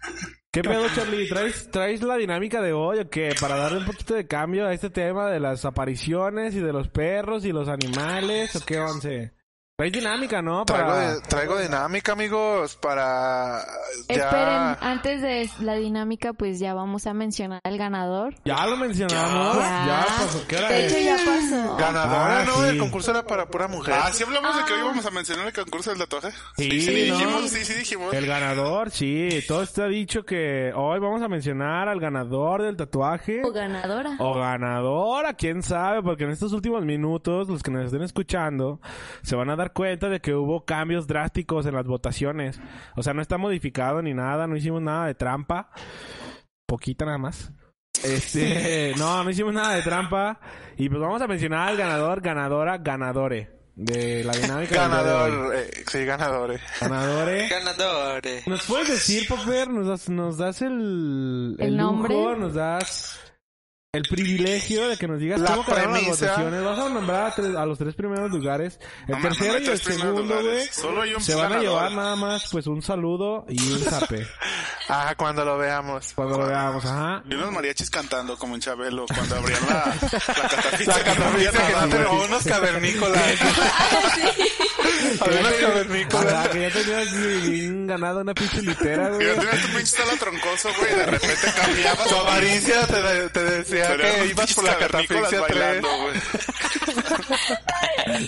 Speaker 2: ¿Qué pedo, Charlie? ¿Traes, ¿Traes la dinámica de hoy o qué? Para darle un poquito de cambio a este tema de las apariciones y de los perros y los animales, ¿o qué once? Traes dinámica, ¿no?
Speaker 3: Traigo,
Speaker 2: Para...
Speaker 3: de- traigo dinámica, amigos, para...
Speaker 5: Esperen,
Speaker 3: Ya...
Speaker 5: antes de la dinámica, pues ya vamos a mencionar al ganador.
Speaker 2: Ya lo mencionamos.
Speaker 5: Ya.
Speaker 2: Ya, pasó. ¿Qué hora
Speaker 5: De hecho,
Speaker 2: es?
Speaker 5: ya pasó.
Speaker 3: Ganadora,
Speaker 2: Ah,
Speaker 3: ¿no?
Speaker 2: sí.
Speaker 3: El concurso era para pura mujer.
Speaker 4: Ah, sí hablamos de que hoy íbamos a mencionar el concurso del tatuaje.
Speaker 2: Sí, ¿no?
Speaker 4: dijimos, sí, sí dijimos.
Speaker 2: El ganador, sí. Todo está dicho que hoy vamos a mencionar al ganador del tatuaje.
Speaker 5: O ganadora. [laughs]
Speaker 2: O ganadora, quién sabe, porque en estos últimos minutos, los que nos estén escuchando, se van a dar cuenta de que hubo cambios drásticos en las votaciones. O sea, no está modificado ni nada, no hicimos nada de trampa. Poquita nada más. Este, no, no hicimos nada de trampa. Y pues vamos a mencionar al ganador, ganadora, ganadore. De la dinámica. del día de hoy.
Speaker 3: Ganador, eh, sí, ganadores.
Speaker 2: Ganadore.
Speaker 1: Ganadores.
Speaker 2: ¿Nos puedes decir, Popper? ¿Nos das, nos das el,
Speaker 5: ¿El
Speaker 2: lujo?
Speaker 5: nombre?
Speaker 2: ¿Nos das el privilegio de que nos digas
Speaker 3: La
Speaker 2: cómo quedaron las
Speaker 3: premisa.
Speaker 2: votaciones? Vas a nombrar a, tres- a los tres primeros lugares. El
Speaker 4: No, mames,
Speaker 2: tercero
Speaker 4: no hay
Speaker 2: y el
Speaker 4: tres primeros
Speaker 2: segundo,
Speaker 4: lugares.
Speaker 2: güey.
Speaker 4: Solo hay un
Speaker 2: Se van a
Speaker 4: ganador.
Speaker 2: llevar nada más, pues, un saludo y un
Speaker 4: [laughs]
Speaker 2: zape.
Speaker 3: Ah, cuando lo veamos.
Speaker 2: cuando lo veamos, ajá.
Speaker 4: Y unos mariachis cantando como en Chabelo cuando abrían la, la
Speaker 3: La
Speaker 4: [laughs] catafixia.
Speaker 3: catorce que no te- o unos cavernícolas.
Speaker 4: [laughs]
Speaker 3: Había unos
Speaker 2: Ajá,
Speaker 3: cavernícolas.
Speaker 2: que ya tenías
Speaker 4: [laughs]
Speaker 2: bien ganada una pinche litera,
Speaker 4: Y
Speaker 2: güey.
Speaker 4: yo tenía tu pinche tala troncoso, güey, y de repente cambiabas.
Speaker 3: Tu avaricia te, de- te decía
Speaker 4: Pero eran
Speaker 3: que
Speaker 4: unos
Speaker 3: ibas
Speaker 4: pinches
Speaker 3: por la
Speaker 4: cavernícolas
Speaker 3: catafixia 3.
Speaker 4: bailando, güey.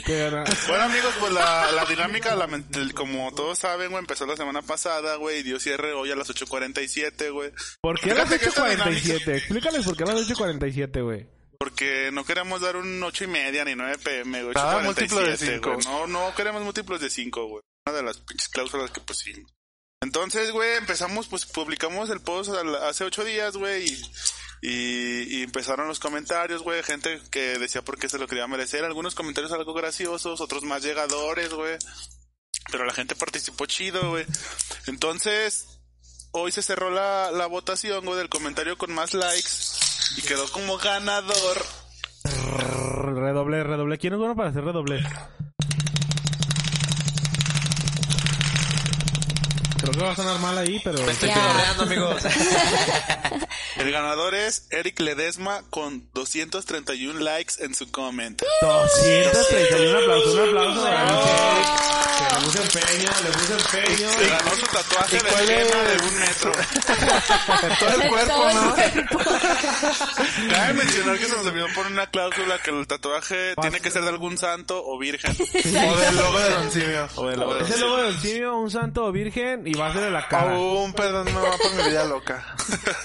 Speaker 2: Que gana-
Speaker 4: Bueno, amigos, pues la, la dinámica, lament- el- como todos saben, güey, empezó la semana pasada, güey, y dio cierre hoy a las 8.47, güey.
Speaker 2: ¿Por qué las
Speaker 4: Fíjate que esta
Speaker 2: 8.47? Explícales por qué las 8.47, güey.
Speaker 4: Porque no queremos dar un ocho y media ni 9 pm, güey.
Speaker 3: Nada,
Speaker 4: 8.47,
Speaker 3: Ah, múltiplo de
Speaker 4: güey.
Speaker 3: cinco.
Speaker 4: No, no queremos múltiplos de 5, güey. Una de las pinches cláusulas que pusimos. Entonces, güey, empezamos, pues publicamos el post al- hace 8 días, güey. Y, y- y empezaron los comentarios, güey. Gente que decía por qué se lo quería merecer. Algunos comentarios algo graciosos, otros más llegadores, güey. Pero la gente participó chido, güey. Entonces, hoy se cerró la, la votación, güey, del comentario con más likes. Y quedó como ganador
Speaker 2: Redoble, redoble. ¿Quién es bueno para hacer redoble? Creo que va a sonar mal ahí, pero...
Speaker 1: Me estoy
Speaker 5: Ya.
Speaker 1: pedorreando, amigos.
Speaker 4: El ganador es Eric Ledesma con 231 likes en su comment.
Speaker 2: 231 aplausos, un aplauso para Ángel, que Le puse empeño, le puse empeño.
Speaker 4: Se ganó su tatuaje de
Speaker 3: cuál
Speaker 4: esquema
Speaker 3: es?
Speaker 4: de un metro.
Speaker 3: Todo el cuerpo,
Speaker 5: Todo el
Speaker 3: ¿no?
Speaker 5: cuerpo.
Speaker 4: Cabe mencionar que se nos olvidó poner una cláusula que el tatuaje tiene que ser de algún santo o
Speaker 3: [laughs]
Speaker 4: virgen.
Speaker 3: O del logo
Speaker 4: [laughs]
Speaker 3: de Don Simio.
Speaker 4: O de la
Speaker 2: Es el logo del simio, un santo o virgen, y va a ser en la cara.
Speaker 3: Aún, perdón, no va por mi vida
Speaker 4: [laughs]
Speaker 3: loca.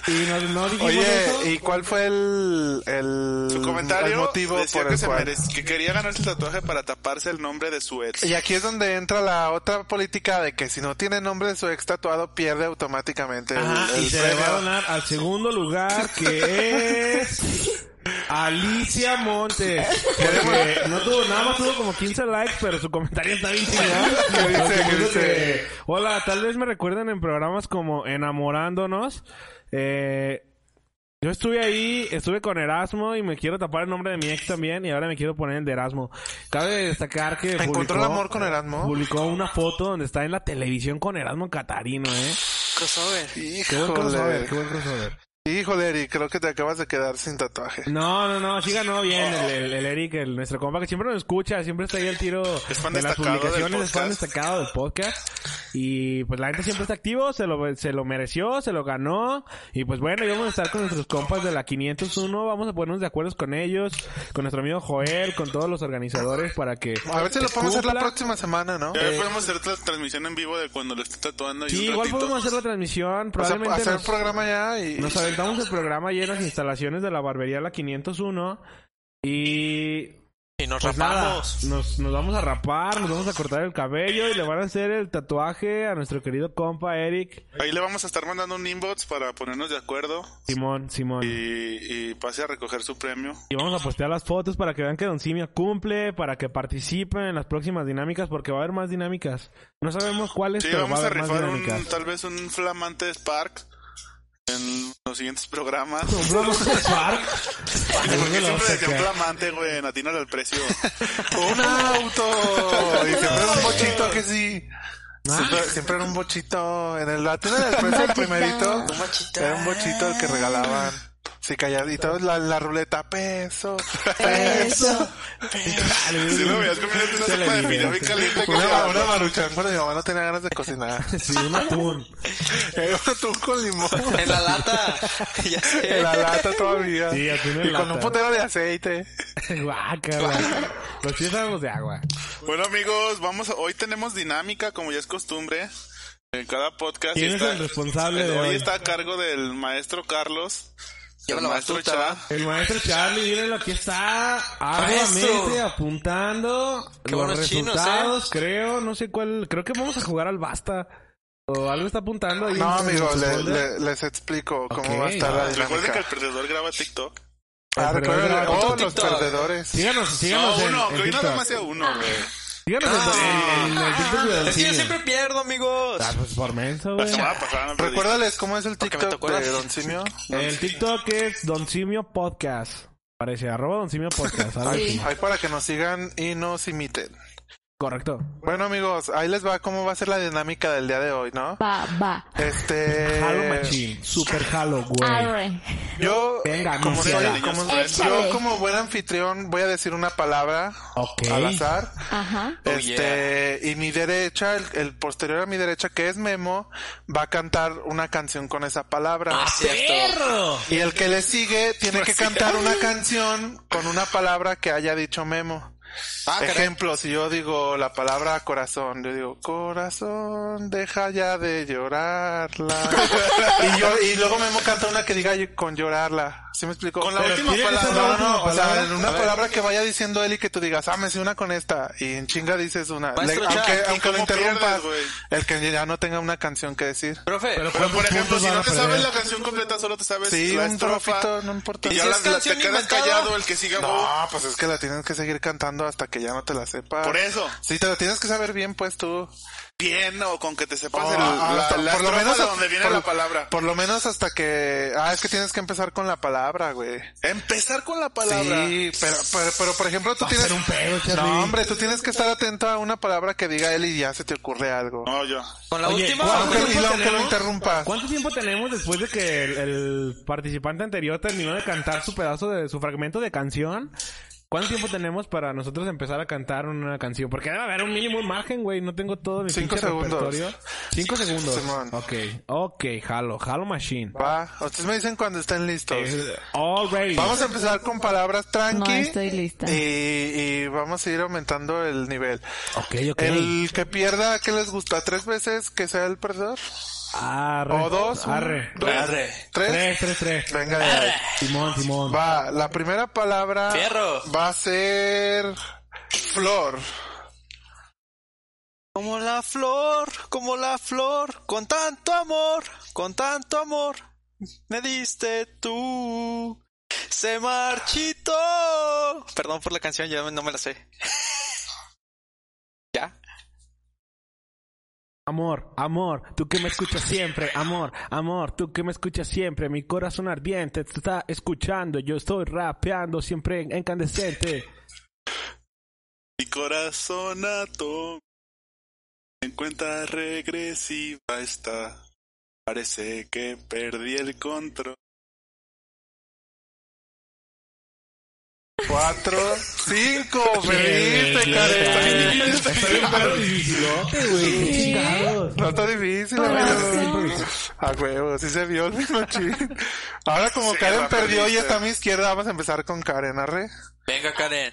Speaker 2: Y no, no dijimos eso.
Speaker 3: Oye, ¿y cuál fue el, el,
Speaker 4: Su
Speaker 3: el
Speaker 4: comentario
Speaker 3: motivo
Speaker 4: decía
Speaker 3: por
Speaker 4: que,
Speaker 3: el
Speaker 4: se
Speaker 3: cual?
Speaker 4: merece- que quería ganarse el tatuaje para taparse el nombre de su ex.
Speaker 3: Y aquí es donde entra la otra política de que si no tiene nombre de su ex tatuado pierde automáticamente el,
Speaker 2: Ajá,
Speaker 3: el
Speaker 2: y se le va a
Speaker 3: premio.
Speaker 2: donar al segundo lugar que es Alicia Montes. Porque no tuvo, nada más tuvo como 15 likes, pero su comentario está bien chido.
Speaker 3: [laughs] ¿Qué dice?
Speaker 2: Porque
Speaker 3: ¿Qué
Speaker 2: dice
Speaker 3: dice?
Speaker 2: que, Hola, tal vez me recuerden en programas como Enamorándonos. Eh, yo estuve ahí, estuve con Erasmo y me quiero tapar el nombre de mi ex también y ahora me quiero poner el de Erasmo. Cabe destacar que
Speaker 3: ¿Encontró el amor con Erasmo?
Speaker 2: Publicó una foto donde está en la televisión con Erasmo Catarino, eh.
Speaker 1: Crossover.
Speaker 2: Qué buen crossover,
Speaker 3: Híjole.
Speaker 2: qué buen crossover.
Speaker 3: Híjole, Eric, creo que te acabas de quedar sin tatuaje.
Speaker 2: No, no, no, sí ganó bien el, el- el Eric, el- nuestro compa que siempre nos escucha, siempre está ahí al tiro
Speaker 4: fan
Speaker 2: de las
Speaker 4: destacado del
Speaker 2: publicaciones, es fan
Speaker 4: podcast.
Speaker 2: destacado del podcast. Y pues la gente siempre está activo, se lo, se lo mereció, se lo ganó. Y pues bueno, y vamos a estar con nuestros compas de la 501, vamos a ponernos de acuerdo con ellos, con nuestro amigo Joel, con todos los organizadores para que...
Speaker 3: A ver si lo podemos hacer la
Speaker 2: cumpla.
Speaker 3: próxima semana, ¿no?
Speaker 2: Eh,
Speaker 4: Ya podemos hacer la transmisión en vivo de cuando lo esté tatuando. y
Speaker 2: Sí,
Speaker 4: un
Speaker 2: igual
Speaker 4: ratito.
Speaker 2: podemos hacer la transmisión,
Speaker 3: O sea,
Speaker 2: probablemente...
Speaker 3: hacer
Speaker 2: nos-
Speaker 3: el programa ya y...
Speaker 2: Nos aventamos el programa allí en las instalaciones de la barbería La 501 y
Speaker 1: Y nos
Speaker 2: pues nada,
Speaker 1: rapamos.
Speaker 2: nos, nos vamos a rapar, nos vamos a cortar el cabello y le van a hacer el tatuaje a nuestro querido compa Eric
Speaker 4: Ahí le vamos a estar mandando un inbox para ponernos de acuerdo
Speaker 2: Simón, Simón.
Speaker 4: y, y pase a recoger su premio.
Speaker 2: Y vamos a postear las fotos para que vean que Don Simio cumple, para que participen en las próximas dinámicas, porque va a haber más dinámicas. No sabemos cuáles,
Speaker 4: Sí,
Speaker 2: pero va
Speaker 4: vamos
Speaker 2: a
Speaker 4: a
Speaker 2: haber más
Speaker 4: rifar un,
Speaker 2: dinámicas.
Speaker 4: tal vez un flamante Spark en los siguientes programas. [laughs]
Speaker 2: ¿de
Speaker 4: ¿Por
Speaker 2: dónde
Speaker 4: qué
Speaker 2: lo
Speaker 4: siempre
Speaker 2: vas a
Speaker 4: decía un
Speaker 2: sacar?
Speaker 4: flamante, güey? En Atínale
Speaker 2: [laughs]
Speaker 4: al precio.
Speaker 3: ¡Un auto! Y siempre era un bochito que sí. Siempre, siempre era un bochito. En el latino del precio el primerito era un bochito el que regalaban. Sí, callado. Y todo la, la ruleta, peso, peso.
Speaker 4: Si no, veías comiendo una sopa de fideo bien caliente. que
Speaker 3: Una,
Speaker 4: llevaba-
Speaker 3: una maruchan, pero mi mamá no tenía ganas de [laughs] cocinar.
Speaker 2: Sí, un atún. [laughs]
Speaker 3: Era un atún con limón.
Speaker 1: En la lata. ya sé.
Speaker 3: En la lata todavía.
Speaker 2: Sí, atún en
Speaker 3: y con
Speaker 2: lata.
Speaker 3: un potero de aceite.
Speaker 2: Guácala.
Speaker 4: [laughs]
Speaker 2: Los pies sabemos de agua.
Speaker 4: Bueno, amigos, vamos. a- hoy tenemos dinámica, como ya es costumbre. En cada podcast.
Speaker 2: ¿Quién
Speaker 4: Y
Speaker 2: es el responsable de
Speaker 4: hoy?
Speaker 2: hoy?
Speaker 4: está a cargo del maestro Carlos.
Speaker 1: Lleva
Speaker 4: el
Speaker 1: la
Speaker 4: maestro
Speaker 1: batuta,
Speaker 4: Chava.
Speaker 1: ¿va?
Speaker 2: El maestro Charlie, mírenlo, aquí está arduamente
Speaker 1: Maestro.
Speaker 2: apuntando
Speaker 1: Qué
Speaker 2: los
Speaker 1: buenos
Speaker 4: ¿eh?
Speaker 1: chinos,
Speaker 2: resultados, creo, no sé cuál, creo que vamos a jugar al basta. O algo está apuntando ahí.
Speaker 3: No,
Speaker 2: en-
Speaker 3: amigo,
Speaker 2: en su
Speaker 3: le-
Speaker 2: folder. Ah,
Speaker 3: le- les explico cómo
Speaker 2: Ok. Ah,
Speaker 3: va a estar la
Speaker 4: Recuerden que
Speaker 3: dinámica.
Speaker 4: el perdedor graba TikTok.
Speaker 3: Ah, recuerden,
Speaker 2: Perdón,
Speaker 3: oh,
Speaker 1: TikTok.
Speaker 3: los perdedores.
Speaker 2: Síganos,
Speaker 4: No, Ah.
Speaker 2: síganos en,
Speaker 4: uno,
Speaker 2: en
Speaker 4: que hoy nada
Speaker 2: TikTok.
Speaker 4: más sea uno, güey.
Speaker 2: Síganos en, en- en el TikTok de
Speaker 1: Es que yo
Speaker 2: Doncini.
Speaker 1: siempre pierdo, amigos.
Speaker 2: Ah, pues por menso,
Speaker 4: La
Speaker 2: güey.
Speaker 4: semana pasada me perdí.
Speaker 3: Recuérdales cómo es el
Speaker 1: Porque me
Speaker 3: TikTok
Speaker 1: tocó
Speaker 3: de
Speaker 1: la-
Speaker 3: Don Simio.
Speaker 2: El TikTok es Don Simio Podcast. Parece, arroba Don Simio Podcast.
Speaker 3: [laughs]
Speaker 2: algo
Speaker 5: Sí.
Speaker 2: así.
Speaker 3: Ahí para que nos sigan y nos imiten.
Speaker 2: Correcto.
Speaker 3: Bueno, amigos, ahí les va cómo va a ser la dinámica del día de hoy, ¿no?
Speaker 5: Va, va.
Speaker 3: Este.
Speaker 2: Halo Machín. Super Halo, güey.
Speaker 5: Arre.
Speaker 3: Yo,
Speaker 2: Venga,
Speaker 3: como,
Speaker 2: anunciala.
Speaker 3: soy- como-
Speaker 5: Échale.
Speaker 3: yo como buen anfitrión, voy a decir una palabra
Speaker 2: Ok.
Speaker 3: al azar.
Speaker 5: Ajá.
Speaker 1: Oh,
Speaker 3: este, y mi derecha, el, el posterior a mi derecha, que es Memo, va a cantar una canción con esa palabra.
Speaker 1: No es Ah, cierto.
Speaker 3: Y el que le sigue tiene que cantar una canción con una palabra que haya dicho Memo.
Speaker 1: Ah,
Speaker 3: Ah, Ejemplo, si yo digo la palabra corazón, yo digo corazón, deja ya de [laughs] llorarla. y yo y luego Memo canta una que diga yo- con llorarla. ¿Sí me explico?
Speaker 4: Con la Pero última
Speaker 2: ¿quiere que sea
Speaker 3: No,
Speaker 2: la
Speaker 3: no,
Speaker 2: última
Speaker 3: no, o sea,
Speaker 2: palabra?
Speaker 3: en una palabra que vaya diciendo él y que tú digas, ah, me sé una con esta y en chinga dices una.
Speaker 1: Maestro
Speaker 3: Le-
Speaker 1: Jack,
Speaker 3: aunque
Speaker 1: ¿y
Speaker 3: aunque lo
Speaker 4: cómo pierdes,
Speaker 3: interrumpas,
Speaker 4: güey?
Speaker 3: el que ya no tenga una canción que decir.
Speaker 1: Profe,
Speaker 4: Pero por ejemplo, si no te sabes
Speaker 2: saben
Speaker 4: la canción completa, solo te sabes
Speaker 3: Sí,
Speaker 4: la
Speaker 3: un
Speaker 4: estrofa.
Speaker 3: trofito, no importa.
Speaker 4: Y
Speaker 1: ¿Y
Speaker 4: ya
Speaker 1: si
Speaker 4: la,
Speaker 1: es
Speaker 4: la- te
Speaker 1: canción
Speaker 4: quedas
Speaker 1: inventada?
Speaker 4: callado el que siga. güey.
Speaker 3: No, pues es que la tienes que seguir cantando hasta que ya no te la sepas.
Speaker 4: Por eso.
Speaker 3: Sí, te la tienes que saber bien, pues tú.
Speaker 4: Bien, o con que te sepas
Speaker 3: Oh,
Speaker 4: el,
Speaker 3: ah,
Speaker 4: la,
Speaker 3: hasta-
Speaker 4: la
Speaker 3: por lo
Speaker 4: estrofa
Speaker 3: menos
Speaker 4: de
Speaker 3: hasta-
Speaker 4: donde viene
Speaker 3: por-
Speaker 4: la palabra.
Speaker 3: Por lo menos hasta que. Ah, es que tienes que empezar con la palabra, güey.
Speaker 4: Empezar con la palabra.
Speaker 3: Sí, pero, pero, pero, por ejemplo, tú tienes.
Speaker 2: ser un pedo, Charlie.
Speaker 3: no, hombre, tú tienes que estar atento a una palabra que diga él y ya se te ocurre algo.
Speaker 4: No, yo.
Speaker 1: con la
Speaker 2: Oye,
Speaker 1: última.
Speaker 2: ¿cuál?
Speaker 3: Aunque, y
Speaker 2: ¿cuánto
Speaker 3: aunque lo
Speaker 2: tenemos?
Speaker 3: interrumpas.
Speaker 2: ¿Cuánto tiempo tenemos después de que el, el participante anterior terminó de cantar su pedazo de su fragmento de canción? ¿Cuánto tiempo tenemos para nosotros empezar a cantar una canción? Porque debe haber un mínimo de margen, güey. No tengo todo mi
Speaker 3: Cinco
Speaker 2: pinche
Speaker 3: segundos.
Speaker 2: repertorio. Cinco segundos.
Speaker 3: Simón.
Speaker 2: Ok, ok, jalo, jalo machine.
Speaker 3: Va, ustedes me dicen cuando estén listos.
Speaker 2: Eh, All ready.
Speaker 3: Vamos a empezar con palabras tranqui. Eh,
Speaker 5: No estoy lista.
Speaker 3: Y, y vamos a ir aumentando el nivel.
Speaker 2: Ok, ok.
Speaker 3: El que pierda, ¿qué les gusta? ¿Tres veces que sea el perdedor?
Speaker 2: Arre.
Speaker 3: ¿O dos? Un,
Speaker 2: Arre.
Speaker 3: dos,
Speaker 1: Arre.
Speaker 3: ¿Tres?
Speaker 2: Tres, tres, tres.
Speaker 3: Venga de ahí.
Speaker 2: Simón, Simón.
Speaker 3: Va, la primera palabra
Speaker 1: Fierro.
Speaker 3: va a ser flor.
Speaker 1: Como la flor, como la flor, con tanto amor, con tanto amor, me diste tú. Se marchito. Perdón por la canción, ya no me la sé. ¿Ya?
Speaker 2: Amor, amor, tú que me escuchas siempre, amor, amor, tú que me escuchas siempre, mi corazón ardiente te está escuchando, yo estoy rapeando siempre encandescente.
Speaker 4: Mi corazón atómico en cuenta regresiva está. Parece que perdí el control.
Speaker 3: cuatro, [laughs] cinco. Perdiste, Karen. Está bien difícil, está bien No está difícil, amigo. A huevo, sí se vio el mismo chiste. Ahora como
Speaker 4: Sí,
Speaker 3: Karen
Speaker 4: la
Speaker 3: perdió y
Speaker 4: perdiste.
Speaker 3: está a mi izquierda, vamos a empezar con Karen, arre.
Speaker 1: Venga, Karen.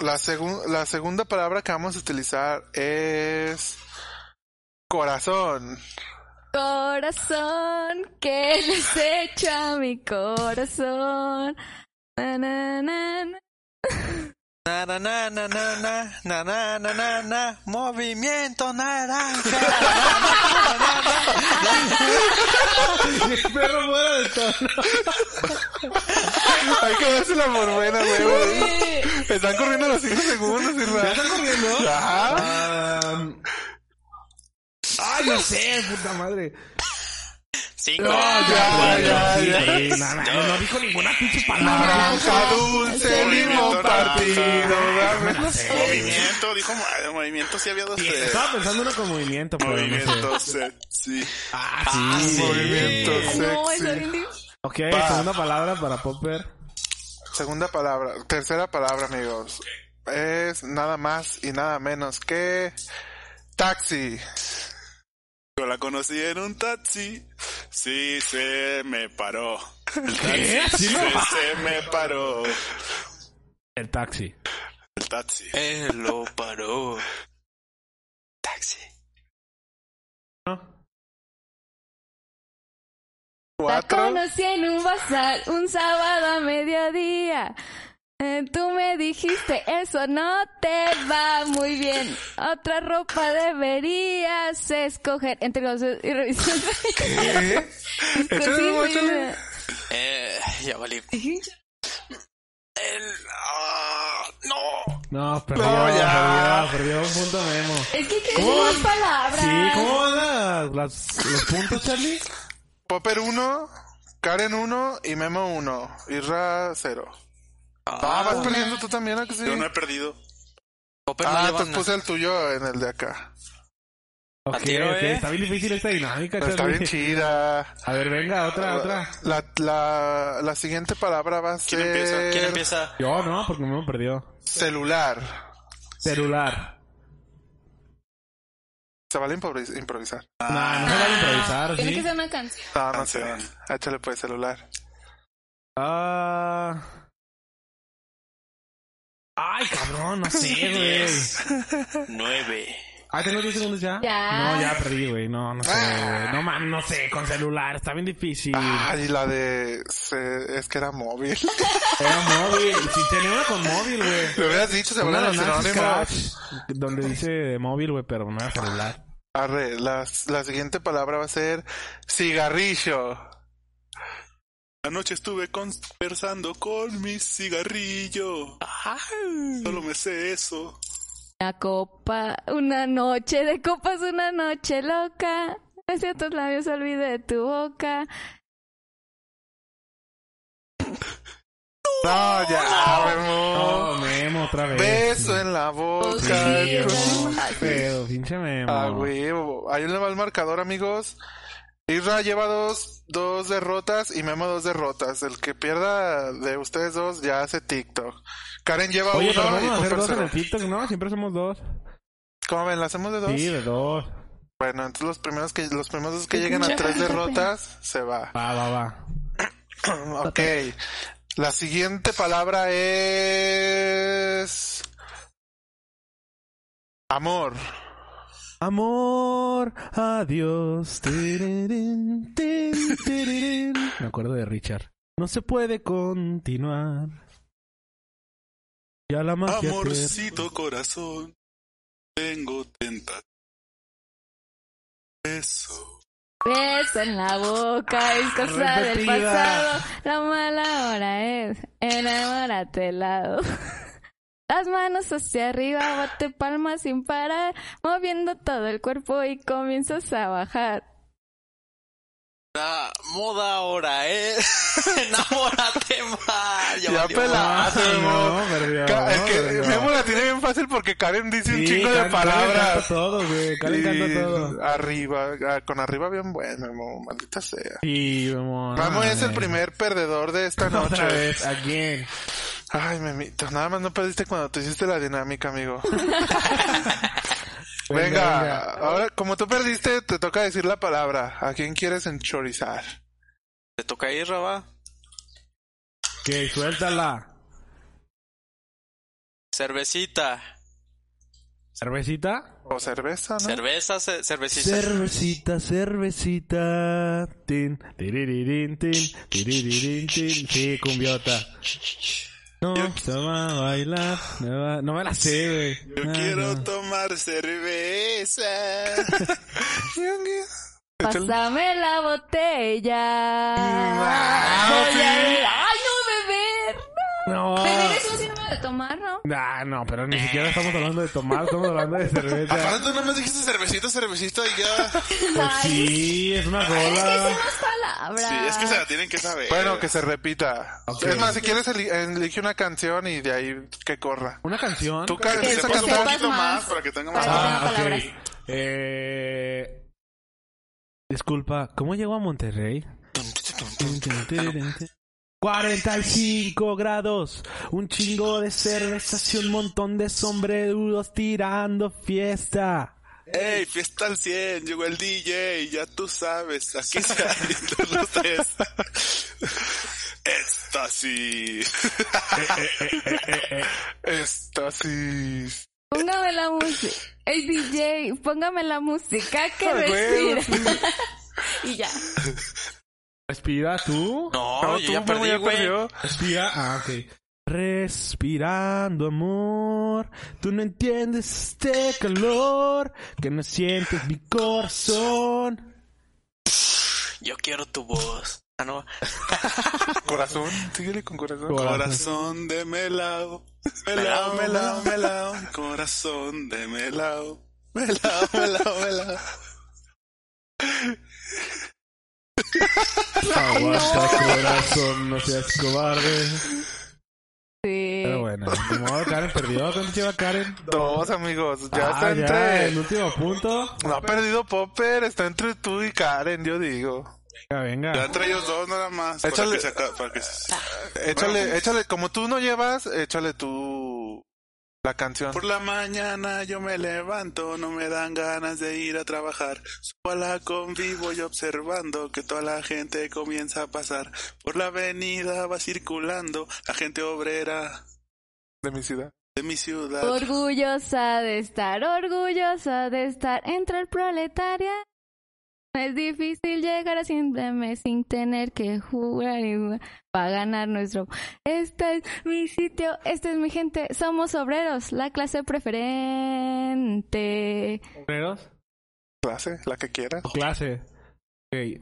Speaker 3: La, segun- la segunda palabra que vamos a utilizar es corazón.
Speaker 5: Corazón, ¿qué les echa a mi corazón? Na, na, na, na.
Speaker 1: Na, na, na, na, na, na, na, na, na, na, na, movimiento naranja.
Speaker 2: Perro fuera de tono.
Speaker 3: Hay que darse la morbuena, huevo. Están corriendo los cinco segundos, ¿Ya están corriendo? Ah, Ajá.
Speaker 2: Am. Ay, no sé, puta madre.
Speaker 1: Cinco.
Speaker 3: ya, ya, ya.
Speaker 2: Sí, no, no, no dijo ninguna pinche palabra.
Speaker 3: Naranja dulce, limón
Speaker 4: Movimiento naranja.
Speaker 3: partido. dame.
Speaker 4: Movimiento, dijo madre, movimiento sí había dos eh, tres.
Speaker 2: Estaba pensando en uno con movimiento, pero no sé.
Speaker 4: Movimiento sí.
Speaker 2: Ah, sí.
Speaker 3: Movimiento
Speaker 5: No,
Speaker 3: sexy.
Speaker 5: está bien difícil.
Speaker 2: Ok, segunda palabra para Popper.
Speaker 3: Segunda palabra. Tercera palabra, amigos. Es nada más y nada menos que taxi.
Speaker 4: Yo la conocí en un taxi. Sí, se me paró. El taxi
Speaker 2: ¿Sí lo-
Speaker 4: se, se me paró. El
Speaker 2: El taxi.
Speaker 4: taxi.
Speaker 1: Él lo paró. Taxi.
Speaker 2: ¿No?
Speaker 5: La
Speaker 3: Cuatro.
Speaker 5: conocí en un bazar un sábado a mediodía. Eh, tú me dijiste, eso no te va muy bien. Otra ropa deberías escoger entre los y [laughs] revisar.
Speaker 3: ¿Qué? Échale,
Speaker 5: Sí,
Speaker 3: huevo,
Speaker 5: sí,
Speaker 3: échale.
Speaker 1: Eh, ya valí. Él. ah, no.
Speaker 2: No, perdió,
Speaker 3: No, ya.
Speaker 2: perdió, perdió un punto Memo.
Speaker 5: Es que
Speaker 2: ¿Cómo?
Speaker 5: queremos más palabras.
Speaker 2: Sí, ¿cómo van las- las- los puntos, Charlie?
Speaker 3: Popper 1, Karen 1 y Memo 1. Irra 0. Ah, vas perdiendo tú también, ¿a que sí?
Speaker 4: Yo no he perdido.
Speaker 1: Popper no
Speaker 3: Ah,
Speaker 1: lleva
Speaker 3: te
Speaker 1: nada.
Speaker 3: puse el tuyo en el de acá.
Speaker 2: Ok,
Speaker 1: tiro,
Speaker 2: ok,
Speaker 1: eh.
Speaker 2: está bien difícil esta dinámica,
Speaker 3: [laughs] Pero está
Speaker 2: Charlie.
Speaker 3: bien Ah. chida.
Speaker 2: A ver, venga, otra, otra.
Speaker 3: La, la, la siguiente palabra va a ser
Speaker 4: ¿Quién empieza?
Speaker 1: ¿Quién
Speaker 3: eh,
Speaker 1: empieza?
Speaker 2: Yo no, porque Memo perdió.
Speaker 3: celular.
Speaker 2: Celular.
Speaker 3: Se vale improvis- improvisar.
Speaker 2: No, no se va a improvisar,
Speaker 5: Tiene que
Speaker 2: ¿sí?
Speaker 5: ser una canción.
Speaker 3: No,
Speaker 4: Ah,
Speaker 3: no sé.
Speaker 4: sí.
Speaker 3: Échale pues celular.
Speaker 2: Ah... Ay, cabrón, no
Speaker 3: [laughs]
Speaker 2: sé, güey.
Speaker 1: Nueve.
Speaker 2: Ah, ¿tengo 10 segundos ya?
Speaker 5: Ya.
Speaker 2: No, ya perdí, güey. No, no sé, güey. No, man, no sé. Con celular está bien difícil.
Speaker 3: Ah, y la de... se- es que era móvil.
Speaker 2: Era móvil. Si tenía una con móvil, güey.
Speaker 3: Lo hubieras dicho, se
Speaker 2: Una
Speaker 3: vuelven
Speaker 2: de
Speaker 3: los
Speaker 2: Nancy
Speaker 3: sinónimos.
Speaker 2: Scratch, donde dice móvil, güey, pero no era celular.
Speaker 3: Arre, las- la siguiente palabra va a ser cigarrillo.
Speaker 4: Anoche estuve conversando con mi cigarrillo. Solo me sé eso.
Speaker 5: Una copa, una noche de copas, una noche loca. Hacia tus labios olvidé de tu boca.
Speaker 3: No, ya, Memo.
Speaker 2: Oh, Memo, otra vez.
Speaker 3: Beso en la boca.
Speaker 5: Sí,
Speaker 2: Sí,
Speaker 3: con-
Speaker 2: no, Pero, pinche Memo.
Speaker 3: Ah, huevo. Ahí le va el marcador, amigos. Isra lleva dos, dos derrotas y Memo dos derrotas. El que pierda de ustedes dos ya hace TikTok. Karen lleva
Speaker 2: Oye, pero
Speaker 3: uno y
Speaker 2: vamos a hacer
Speaker 3: Cooper
Speaker 2: dos en
Speaker 3: cero.
Speaker 2: el TikTok, ¿no? Siempre somos dos.
Speaker 3: ¿Cómo ven? ¿La hacemos de dos?
Speaker 2: Sí, de dos.
Speaker 3: Bueno, entonces los primeros que, los primeros dos que lleguen a
Speaker 5: Escucha,
Speaker 3: tres
Speaker 5: Pepe.
Speaker 3: derrotas se va.
Speaker 2: Va, va, va. Ah.
Speaker 3: [clears throat] ok. La siguiente palabra es... Amor.
Speaker 2: Amor, adiós. Tirirín, tin, tirirín. Me acuerdo de Richard. No se puede continuar. Ya la magia. te-
Speaker 4: Amorcito corazón, tengo tentación. Eso.
Speaker 5: Beso en la boca, es cosa del
Speaker 2: Repetida.
Speaker 5: pasado. La mala hora es, enamórate lado. [laughs] Las manos hacia arriba, bate palmas sin parar, moviendo todo el cuerpo y comienzas a bajar.
Speaker 1: La moda ahora es. [laughs] Enamórate más.
Speaker 3: Ya
Speaker 1: valió.
Speaker 3: pela. hace, Memo.
Speaker 2: Ah, no, perdió.
Speaker 3: Ah, Ca- es que
Speaker 2: perdió.
Speaker 3: Memo la tiene bien fácil porque Karen dice un
Speaker 2: Sí,
Speaker 3: chingo de
Speaker 2: Karen- Karen
Speaker 3: palabras.
Speaker 2: canta todo, güey. Karen
Speaker 3: Y
Speaker 2: canta todo.
Speaker 3: Arriba, ah, con arriba bien bueno, Memo, maldita sea.
Speaker 2: Sí, vamos.
Speaker 3: Memo es el primer perdedor de esta
Speaker 2: Ah, eh. [laughs] Otra
Speaker 3: noche.
Speaker 2: vez, again.
Speaker 3: Ay, memito, nada más no perdiste cuando te hiciste la dinámica,
Speaker 2: [laughs]
Speaker 3: amigo. venga, ahora como tú perdiste, te toca decir la palabra. ¿A quién quieres enchorizar?
Speaker 1: Te toca ir, Raba.
Speaker 2: Que suéltala.
Speaker 1: Cervecita.
Speaker 2: ¿Cervecita?
Speaker 3: ¿O cerveza, no?
Speaker 1: Cerveza, ce- cervecita.
Speaker 2: Cervecita, cervecita. Tin, tiriririn, tin, tiriririn, tin. Sí, cumbiota. No, se va a bailar. me va- No me la sé, güey.
Speaker 4: Yo
Speaker 2: Ah,
Speaker 4: quiero
Speaker 2: no.
Speaker 4: tomar
Speaker 2: [laughs]
Speaker 4: cerveza.
Speaker 5: Pásame la botella.
Speaker 3: Ah,
Speaker 5: Voy a beber. ¡Ay, no, beber!
Speaker 2: No.
Speaker 5: Beber es un sinónimo de tomar, ¿no?
Speaker 2: Ah, no, pero ni siquiera estamos hablando de tomar, estamos hablando de cerveza.
Speaker 4: [laughs] Aparte, tú nomás dijiste cervecita, cervecita y [laughs] ya.
Speaker 2: Pues sí, es una
Speaker 5: Es que son
Speaker 2: gola.
Speaker 5: las palabras.
Speaker 4: Sí, es que se la tienen que saber.
Speaker 3: Bueno, que se repita. Es más, si quieres, eli- elige una canción y de ahí que corra.
Speaker 2: ¿Una canción?
Speaker 3: Tú
Speaker 4: Para pues, que
Speaker 3: esa
Speaker 4: sepas
Speaker 5: sepas
Speaker 4: un
Speaker 3: canción.
Speaker 4: poquito
Speaker 5: más.
Speaker 4: más, para que tenga más.
Speaker 5: Para-
Speaker 2: Ah,
Speaker 5: palabras.
Speaker 2: ok. Eh, disculpa, ¿cómo llegó a Monterrey? 45 grados, un chingo de cervezas y un montón de sombrerudos tirando fiesta.
Speaker 4: ¡Ey, fiesta al 100! Llegó el DJ, ya tú sabes. Aquí se hacen los tres. [laughs] Esta sí.
Speaker 3: Estasis.
Speaker 5: Póngame la música. El DJ, póngame la música
Speaker 2: Ah,
Speaker 5: que
Speaker 3: güey.
Speaker 5: respira. [laughs] y ya.
Speaker 2: ¿Respira tú?
Speaker 1: No,
Speaker 3: No,
Speaker 1: yo
Speaker 3: tú,
Speaker 1: ya
Speaker 3: Memo,
Speaker 1: perdí,
Speaker 3: ya
Speaker 1: güey.
Speaker 3: perdió.
Speaker 2: Respira, ah, ok. Respirando amor, tú no entiendes este calor que no sientes mi corazón.
Speaker 1: Yo quiero tu voz. Ah, no.
Speaker 3: Corazón. Síguele con corazón.
Speaker 4: Corazón de melao. Melao, melao, melao. Corazón de melao. Melao, melao, melao.
Speaker 2: Aguanta corazón, no seas cobarde.
Speaker 5: Sí.
Speaker 2: Pero bueno, de modo Karen perdió. ¿Cuánto lleva Karen?
Speaker 3: Dos, amigos. Ya
Speaker 2: Ah,
Speaker 3: está
Speaker 2: ya,
Speaker 3: entre.
Speaker 2: el último punto.
Speaker 3: No ha perdido Popper. Está entre tú y Karen, yo digo.
Speaker 2: Venga,
Speaker 4: Ya
Speaker 2: venga.
Speaker 4: entre ellos dos nada más. Para
Speaker 3: Échale.
Speaker 4: que se aca- para que se-
Speaker 3: Échale, échale. Como tú no llevas, échale tú la canción.
Speaker 4: Por la mañana yo me levanto, no me dan ganas de ir a trabajar. Subo a la combi, voy observando que toda la gente comienza a pasar. Por la avenida va circulando la gente obrera
Speaker 3: De mi ciudad.
Speaker 4: de mi ciudad.
Speaker 5: Orgullosa de estar, orgullosa de estar entre el proletaria. Es difícil llegar a Síndrome sin tener que jugar y jugar para ganar nuestro. Este es mi sitio, esta es mi gente. Somos obreros, la clase preferente.
Speaker 2: ¿Obreros?
Speaker 3: Clase, la que quiera.
Speaker 2: ¿O clase? Ok.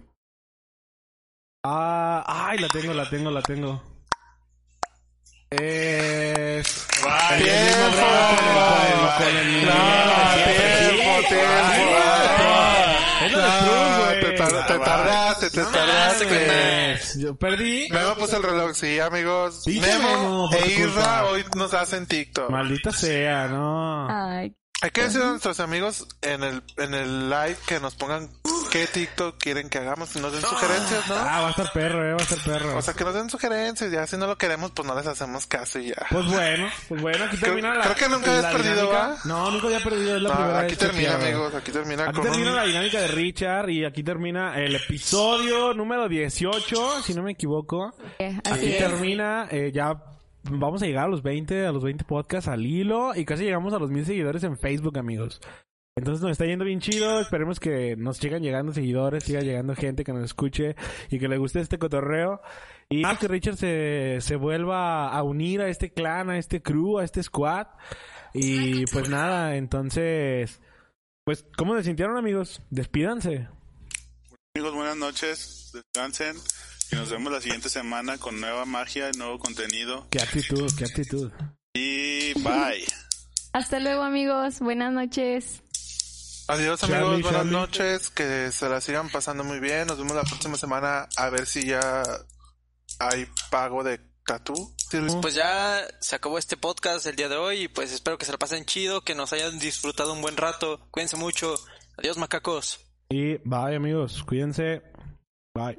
Speaker 2: Ah, ay, la tengo, la tengo, la tengo. Es...
Speaker 3: ¡Tiempo! ¡No! ¡Tiempo, tiempo!
Speaker 2: Es lo de
Speaker 3: No,
Speaker 2: Cruz,
Speaker 3: te,
Speaker 2: güey. Ah,
Speaker 3: tar- te tardaste, te tardaste.
Speaker 2: Pues, Yo perdí.
Speaker 3: Memo puso el reloj, sí, amigos.
Speaker 2: Pinche Memo,
Speaker 3: Memo
Speaker 2: por
Speaker 3: e
Speaker 2: tu
Speaker 3: Irra
Speaker 2: culpa.
Speaker 3: hoy nos hacen TikTok.
Speaker 2: Maldita sea, no.
Speaker 5: Ay,
Speaker 3: Hay que decir a nuestros amigos en el, en el live que nos pongan qué TikTok quieren que hagamos. Si nos den sugerencias, ¿no?
Speaker 2: Ah, va a estar perro, eh, va a estar perro.
Speaker 3: O sea, que nos den sugerencias. Ya si no lo queremos, pues no les hacemos caso y ya.
Speaker 2: Pues bueno, pues bueno, aquí
Speaker 3: [laughs] Creo-
Speaker 2: termina la.
Speaker 3: creo que nunca
Speaker 2: la
Speaker 3: habías perdido,
Speaker 2: dinámica.
Speaker 3: ¿va?
Speaker 2: No, nunca había perdido, es la
Speaker 3: No,
Speaker 2: primera
Speaker 3: Ah, aquí
Speaker 2: vez que
Speaker 3: termina,
Speaker 2: pierdo.
Speaker 3: amigos. Aquí termina
Speaker 2: Aquí
Speaker 3: con
Speaker 2: termina
Speaker 3: un-
Speaker 2: la dinámica de Richard y aquí termina el episodio número 18, si no me equivoco.
Speaker 5: eh,
Speaker 2: Aquí
Speaker 5: así es.
Speaker 2: termina, eh, ya vamos a llegar a los 20, a los 20 podcasts al hilo y casi llegamos a los mil seguidores en Facebook, amigos. Entonces nos está yendo bien chido, esperemos que nos sigan llegando seguidores, siga llegando gente que nos escuche y que le guste este cotorreo. Y pues, que Richard se, se vuelva a unir a este clan, a este crew, a este squad. Y pues nada, entonces, pues, ¿cómo se sintieron amigos? Despídanse.
Speaker 4: Amigos, buenas noches, descansen y nos vemos la siguiente semana con nueva magia y nuevo contenido.
Speaker 2: Qué actitud, qué actitud.
Speaker 4: Y bye.
Speaker 5: Hasta luego, amigos. Buenas noches.
Speaker 3: Adiós
Speaker 2: Charlie,
Speaker 3: amigos, buenas
Speaker 2: Charlie.
Speaker 3: noches, que se la sigan pasando muy bien, nos vemos la próxima semana a ver si ya hay pago de tatú. Sí, Luis.
Speaker 1: Pues ya se acabó este podcast el día de hoy y pues espero que se la pasen chido, que nos hayan disfrutado un buen rato. Cuídense mucho. Adiós, macacos.
Speaker 2: Y bye amigos, cuídense. Bye.